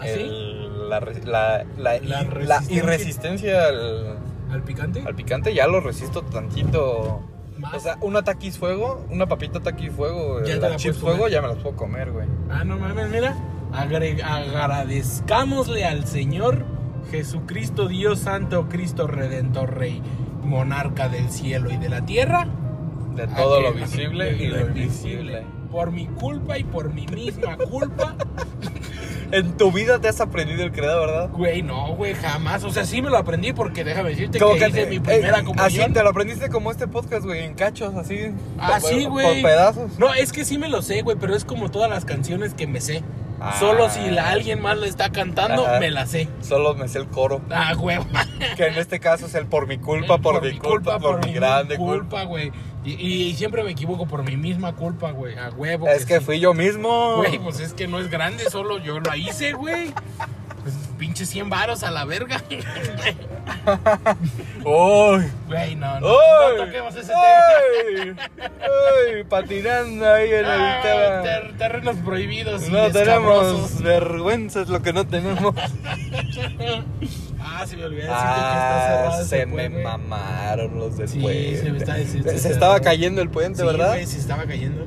Speaker 2: ¿Ah, sí?
Speaker 4: El- la, re- la, la-
Speaker 2: La
Speaker 4: y- la
Speaker 2: resistencia.
Speaker 4: irresistencia al,
Speaker 2: ¿Al picante?
Speaker 4: al picante ya lo resisto tantito.
Speaker 2: Más.
Speaker 4: O sea, una taquis fuego, una papita taquis fuego,
Speaker 2: Ah. Ya te
Speaker 4: las
Speaker 2: la puedes
Speaker 4: chips
Speaker 2: comer.
Speaker 4: fuego, ya me las puedo comer, güey.
Speaker 2: Ah, no mames, mira. Agre- agradezcámosle al Señor Jesucristo, Dios Santo, Cristo Redentor Rey, Monarca del cielo y de la tierra.
Speaker 4: De todo
Speaker 2: a
Speaker 4: lo
Speaker 2: que-
Speaker 4: visible y lo invisible.
Speaker 2: Por mi culpa y por mi misma
Speaker 4: (laughs)
Speaker 2: culpa.
Speaker 4: En tu vida te has aprendido el credo, ¿verdad?
Speaker 2: Güey, no, güey, jamás. O sea, sí me lo aprendí porque déjame decirte
Speaker 4: Como
Speaker 2: que,
Speaker 4: que
Speaker 2: hice
Speaker 4: te-
Speaker 2: mi primera
Speaker 4: eh,
Speaker 2: comunión.
Speaker 4: Así te lo aprendiste como este podcast, güey, en cachos, así.
Speaker 2: Ah,
Speaker 4: por-
Speaker 2: sí,
Speaker 4: por-
Speaker 2: güey.
Speaker 4: Por pedazos.
Speaker 2: No, es que sí me lo sé, güey, pero es como todas las canciones que me sé.
Speaker 4: Ah.
Speaker 2: Solo si la- alguien más la está cantando,
Speaker 4: Ajá.
Speaker 2: me la sé.
Speaker 4: Solo me sé el coro.
Speaker 2: Ah, güey.
Speaker 4: Que en este caso es el por mi culpa, por,
Speaker 2: (laughs)
Speaker 4: mi culpa, por, mi grande culpa.
Speaker 2: culpa, güey. Y, y siempre me equivoco por mi misma culpa, güey. A huevo.
Speaker 4: Es que
Speaker 2: sí.
Speaker 4: fui yo mismo.
Speaker 2: Güey, pues es que no es grande, solo yo la hice, güey. Pues pinche 100 varos a la verga. (laughs)
Speaker 4: ¡Uy!
Speaker 2: Güey, no, no,
Speaker 4: ¡Uy!
Speaker 2: no toquemos ese
Speaker 4: ¡Uy! ¡Uy! Patinando ahí en el
Speaker 2: tema. Ah,
Speaker 4: tema.
Speaker 2: ter- terrenos prohibidos. y
Speaker 4: No
Speaker 2: escabrosos.
Speaker 4: tenemos vergüenza, es lo que no tenemos.
Speaker 2: Ah, se me olvidó decirte que está
Speaker 4: Ah,
Speaker 2: cerrado. ese
Speaker 4: se me
Speaker 2: puente.
Speaker 4: mamaron los del
Speaker 2: Sí,
Speaker 4: puente.
Speaker 2: se me está- se- se-
Speaker 4: Se
Speaker 2: se-
Speaker 4: estaba cayendo el puente,
Speaker 2: Sí,
Speaker 4: ¿verdad?
Speaker 2: güey, se estaba cayendo.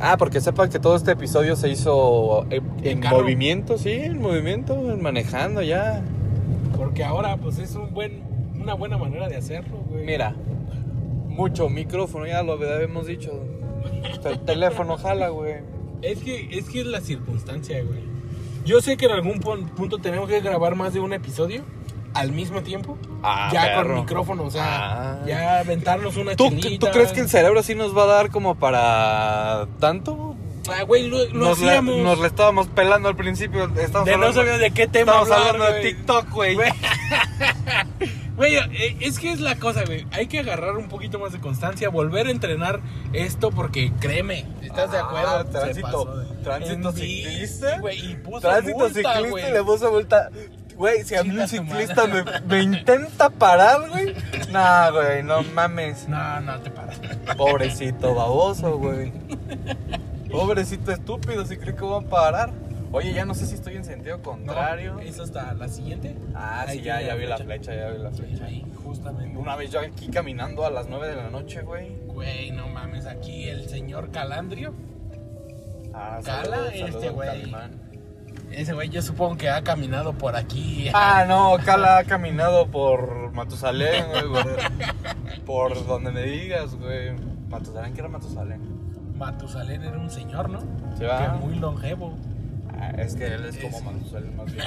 Speaker 4: Ah, porque sepan que todo este episodio se hizo en, en
Speaker 2: carro.
Speaker 4: movimiento, sí, en movimiento, en manejando ya.
Speaker 2: Porque ahora, pues es un buen, una buena manera de hacerlo, güey.
Speaker 4: Mira, mucho micrófono, ya lo habíamos dicho. Hasta El teléfono jala, güey.
Speaker 2: Es que, es que es la circunstancia, güey. Yo sé que en algún pon- punto tenemos que grabar más de un episodio al mismo tiempo.
Speaker 4: Ah,
Speaker 2: ya con
Speaker 4: perro.
Speaker 2: micrófono, o sea,
Speaker 4: Ah.
Speaker 2: ya aventarnos una
Speaker 4: ¿Tú,
Speaker 2: chelita.
Speaker 4: ¿Tú crees que el cerebro sí nos va a dar como para tanto?
Speaker 2: Ah, güey, lo, lo
Speaker 4: nos, la,
Speaker 2: hacíamos.
Speaker 4: nos la estábamos pelando al principio. Estamos
Speaker 2: De no
Speaker 4: hablando,
Speaker 2: sabía de qué tema
Speaker 4: estamos
Speaker 2: hablar,
Speaker 4: hablando de
Speaker 2: güey.
Speaker 4: TikTok, güey.
Speaker 2: Güey. Güey, eh, es que es la cosa, güey. Hay que agarrar un poquito más de constancia, volver a entrenar esto porque créeme, ¿estás de
Speaker 4: Ah,
Speaker 2: acuerdo? Se
Speaker 4: tránsito-
Speaker 2: pasó de-
Speaker 4: tránsito
Speaker 2: en bici,
Speaker 4: ciclista.
Speaker 2: Güey, y puso
Speaker 4: Tránsito
Speaker 2: multa,
Speaker 4: ciclista
Speaker 2: güey.
Speaker 4: le puso vuelta. Güey, si a mí
Speaker 2: Chinga
Speaker 4: un
Speaker 2: tu
Speaker 4: ciclista me, me intenta parar, güey. Nah, güey, no mames.
Speaker 2: No, no te paras.
Speaker 4: Pobrecito baboso, güey. Pobrecito estúpido, si cree que voy a parar. Oye, ya no sé si estoy en sentido contrario.
Speaker 2: Es hasta la siguiente.
Speaker 4: Ah,
Speaker 2: Ahí
Speaker 4: sí, ya,
Speaker 2: tiene
Speaker 4: ya
Speaker 2: la
Speaker 4: vi la
Speaker 2: flecha.
Speaker 4: flecha, ya vi la flecha.
Speaker 2: Ahí, justamente.
Speaker 4: Una vez yo aquí caminando a las 9 de la noche, güey.
Speaker 2: Güey, no mames, aquí el señor Calandrio.
Speaker 4: Ah,
Speaker 2: Cala
Speaker 4: saludos,
Speaker 2: este
Speaker 4: saludos al
Speaker 2: güey.
Speaker 4: Calimán.
Speaker 2: Ese güey yo supongo que ha caminado por aquí.
Speaker 4: Ah, no, Cala ha caminado por Matusalén, güey. por- Por donde me digas, güey. Matusalén, ¿qué era Matusalén?
Speaker 2: Matusalén era un señor, ¿no?
Speaker 4: ¿Sí va?
Speaker 2: Que muy longevo.
Speaker 4: Ah, es que él es como
Speaker 2: Es-
Speaker 4: Matusalén más bien.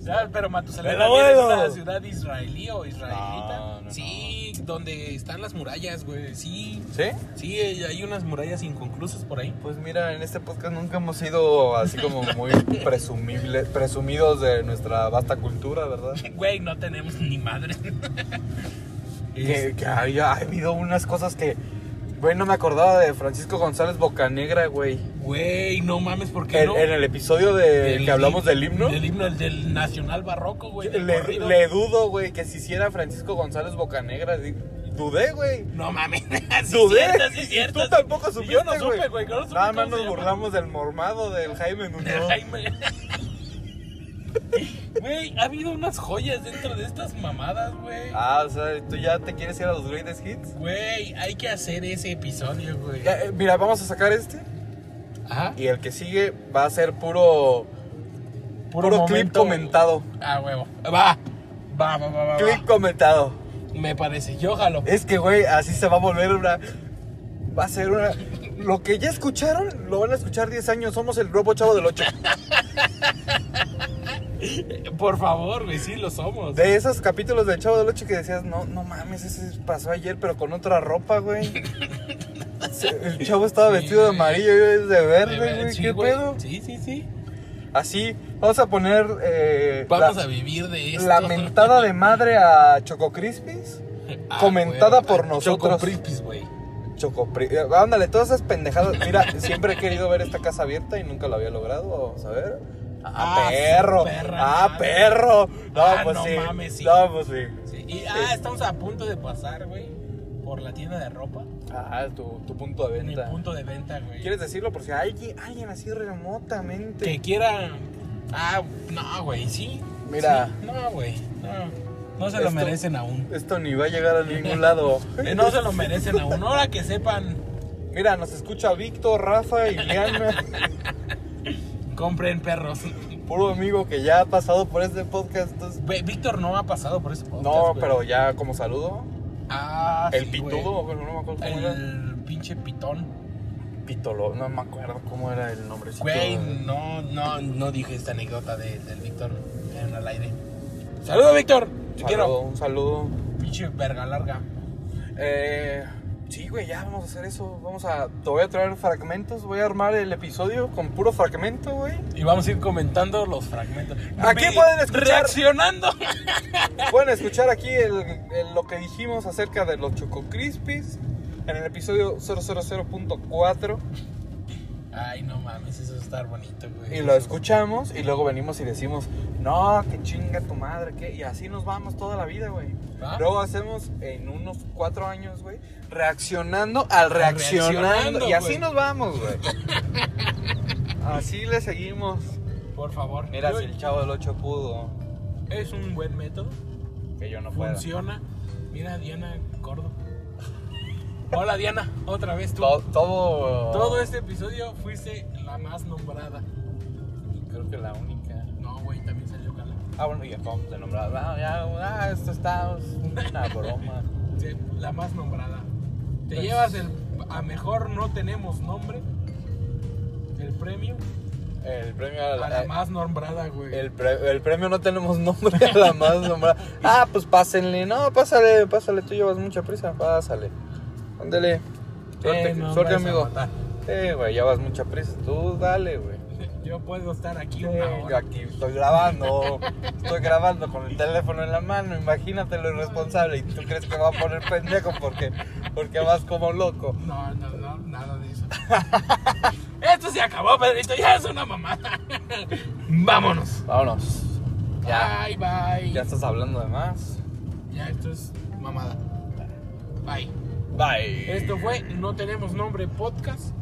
Speaker 2: Ya, Pero Matusalén
Speaker 4: ¡El
Speaker 2: también es
Speaker 4: abuelo!
Speaker 2: una ciudad israelí o israelita.
Speaker 4: No, no,
Speaker 2: sí, donde están las murallas, güey. Sí,
Speaker 4: ¿Sí?
Speaker 2: sí, eh, hay unas murallas inconclusas por ahí.
Speaker 4: Pues mira, en este podcast nunca hemos sido así como muy presumibles, presumidos de nuestra vasta cultura, (laughs) ¿verdad?
Speaker 2: (laughs) Güey, no tenemos ni madre.
Speaker 4: Que, que haya- ha habido unas cosas que, güey, no me acordaba de Francisco González Bocanegra, güey.
Speaker 2: Güey, no mames, porque
Speaker 4: En,
Speaker 2: no?
Speaker 4: en el episodio de
Speaker 2: Del
Speaker 4: que hablamos del himno,
Speaker 2: Del himno, el del nacional barroco, güey. del
Speaker 4: le,
Speaker 2: corrido.
Speaker 4: le dudo, güey, que si hiciera Francisco González Bocanegra, di- dudé, güey.
Speaker 2: No mames, (laughs) sí
Speaker 4: Dudé.
Speaker 2: cierto, sí
Speaker 4: Y
Speaker 2: cierto.
Speaker 4: tú tampoco
Speaker 2: Sí,
Speaker 4: supiste,
Speaker 2: Yo no supe, güey. yo no supe
Speaker 4: Nada
Speaker 2: cómo
Speaker 4: más
Speaker 2: se
Speaker 4: nos
Speaker 2: llama. (laughs)
Speaker 4: burlamos del mormado del Jaime
Speaker 2: De
Speaker 4: Muñoz.
Speaker 2: Jaime. (laughs) Güey, ha habido unas joyas dentro de estas mamadas, güey.
Speaker 4: Ah, o sea, ¿tú ya te quieres ir a los greatest hits?
Speaker 2: Güey, hay que hacer ese episodio, güey.
Speaker 4: Ya, eh, mira, vamos a sacar este.
Speaker 2: Ajá.
Speaker 4: Y el que sigue va a ser puro
Speaker 2: Puro,
Speaker 4: Puro clip
Speaker 2: momento-
Speaker 4: comentado.
Speaker 2: Ah, huevo. Va. Va, va, va, va, va.
Speaker 4: Clip Eh. comentado.
Speaker 2: Me parece, yo jalo.
Speaker 4: Es que, güey, así se va a volver una. Va a ser una. Lo que ya escucharon, lo van a escuchar 10 años. Somos el robo chavo del 8.
Speaker 2: Por favor, güey, sí, lo somos.
Speaker 4: De esos capítulos del chavo del 8 que decías, no, no mames, ese pasó ayer, pero con otra
Speaker 2: (laughs)
Speaker 4: ropa, güey. El chavo estaba
Speaker 2: Sí,
Speaker 4: vestido de
Speaker 2: güey.
Speaker 4: amarillo, yo de
Speaker 2: De
Speaker 4: verde,
Speaker 2: ver-
Speaker 4: güey.
Speaker 2: sí,
Speaker 4: ¿Qué
Speaker 2: güey.
Speaker 4: pedo?
Speaker 2: Sí, sí, sí.
Speaker 4: Así, vamos a poner. eh,
Speaker 2: Vamos
Speaker 4: la-
Speaker 2: a vivir de esto.
Speaker 4: la mentada de madre a Choco Crispis.
Speaker 2: (laughs) Ah, güey.
Speaker 4: comentada por
Speaker 2: Ah,
Speaker 4: nosotros.
Speaker 2: Choco Pripis, güey.
Speaker 4: Chocopri. eh, Ándale, todas esas pendejadas.
Speaker 2: (laughs)
Speaker 4: Mira, siempre he querido ver esta casa abierta y nunca lo había logrado. Vamos a ver. Ah,
Speaker 2: Ah,
Speaker 4: perro.
Speaker 2: su perra
Speaker 4: ah,
Speaker 2: madre.
Speaker 4: perro. No,
Speaker 2: Ah,
Speaker 4: pues
Speaker 2: no
Speaker 4: sí.
Speaker 2: mames, sí.
Speaker 4: No, pues sí.
Speaker 2: Sí, y, ah, estamos a punto de pasar, güey, por la tienda de ropa.
Speaker 4: Ah, tu, tu punto de
Speaker 2: En el
Speaker 4: venta.
Speaker 2: punto de venta, güey.
Speaker 4: ¿Quieres decirlo? Por si alguien, alguien así remotamente.
Speaker 2: Que quiera. Ah, no, güey, sí.
Speaker 4: Mira.
Speaker 2: Sí, No, güey. No, no se lo
Speaker 4: Esto-
Speaker 2: merecen aún.
Speaker 4: Esto ni va a llegar a
Speaker 2: (laughs)
Speaker 4: ningún lado.
Speaker 2: Eh, No se lo merecen aún. Ahora que sepan,
Speaker 4: Mira, nos escucha Víctor, Rafa y Diana.
Speaker 2: compren perros.
Speaker 4: Puro amigo que ya ha pasado por este podcast. entonces-
Speaker 2: Güey, Víctor no ha pasado por ese podcast,
Speaker 4: No,
Speaker 2: güey.
Speaker 4: pero ya como saludo.
Speaker 2: Ah,
Speaker 4: El
Speaker 2: sí, güey.
Speaker 4: pitudo, bueno, no me acuerdo cómo era.
Speaker 2: El pinche pitón.
Speaker 4: Pitolo, no me acuerdo cómo era el nombre.
Speaker 2: Güey, no, no, no dije esta anécdota de- del Víctor en el aire. ¡Saludos, Víctor! Te quiero.
Speaker 4: Un saludo.
Speaker 2: Pinche verga larga.
Speaker 4: Eh, sí, güey, ya vamos a hacer eso. Vamos a. Te voy a traer fragmentos. Voy a armar el episodio con puro fragmento, güey.
Speaker 2: Y vamos a ir comentando los fragmentos.
Speaker 4: Aquí
Speaker 2: Me-
Speaker 4: pueden escuchar-
Speaker 2: Reaccionando.
Speaker 4: Pueden escuchar aquí el- el- lo que dijimos acerca de los Choco Crispies en el episodio 000.4.
Speaker 2: Ay, no mames, eso va a estar bonito, güey.
Speaker 4: Y lo escuchamos y luego venimos y decimos, no, que chinga tu madre, que Y así nos vamos toda la vida, güey.
Speaker 2: ¿Va?
Speaker 4: Luego hacemos en unos cuatro años, güey, reaccionando al reaccionando.
Speaker 2: Reaccionando,
Speaker 4: y así
Speaker 2: güey.
Speaker 4: nos vamos, (laughs) güey. así le seguimos.
Speaker 2: Por favor.
Speaker 4: Mira,
Speaker 2: Yo-
Speaker 4: si el chavo del 8 pudo,
Speaker 2: Es un buen método.
Speaker 4: que yo no pueda.
Speaker 2: Funciona. Mira, Diana Gordo. Hola, Diana. Otra vez tú.
Speaker 4: To- todo.
Speaker 2: Todo este episodio fuiste la más nombrada.
Speaker 4: Creo que la única.
Speaker 2: No, güey, también salió Cala.
Speaker 4: Ah, bueno, ya acabamos de nombrar. Ah, ya, ah, esto está. es Una broma.
Speaker 2: Sí, la más nombrada. Te
Speaker 4: Pues-
Speaker 2: llevas el. A mejor no tenemos nombre. El premio.
Speaker 4: El premio a
Speaker 2: A
Speaker 4: la.
Speaker 2: la más nombrada, güey.
Speaker 4: Eh, el, pre- el premio no tenemos nombre (laughs) a la más nombrada. Ah, pues pásenle. No, pásale, pásale. Tú llevas mucha prisa. Pásale. Ándale. Suerte,
Speaker 2: Eh, no
Speaker 4: suerte
Speaker 2: vas a
Speaker 4: amigo.
Speaker 2: matar.
Speaker 4: Eh, güey, llevas mucha prisa. Tú dale, güey.
Speaker 2: (laughs) Yo puedo estar aquí una
Speaker 4: Eh, yo
Speaker 2: hora.
Speaker 4: aquí estoy grabando. Estoy grabando con el teléfono en la mano. Imagínate lo irresponsable. Y tú crees que va a poner pendejo porque, porque vas como loco.
Speaker 2: No, no, no, nada de eso. (laughs) Esto se acabó, Pedrito. Ya es una mamada. (laughs) Vámonos.
Speaker 4: Vámonos. Ya.
Speaker 2: Bye, bye.
Speaker 4: Ya estás hablando de más.
Speaker 2: Ya, esto es mamada. Bye.
Speaker 4: Bye.
Speaker 2: Esto fue No Tenemos Nombre Podcast.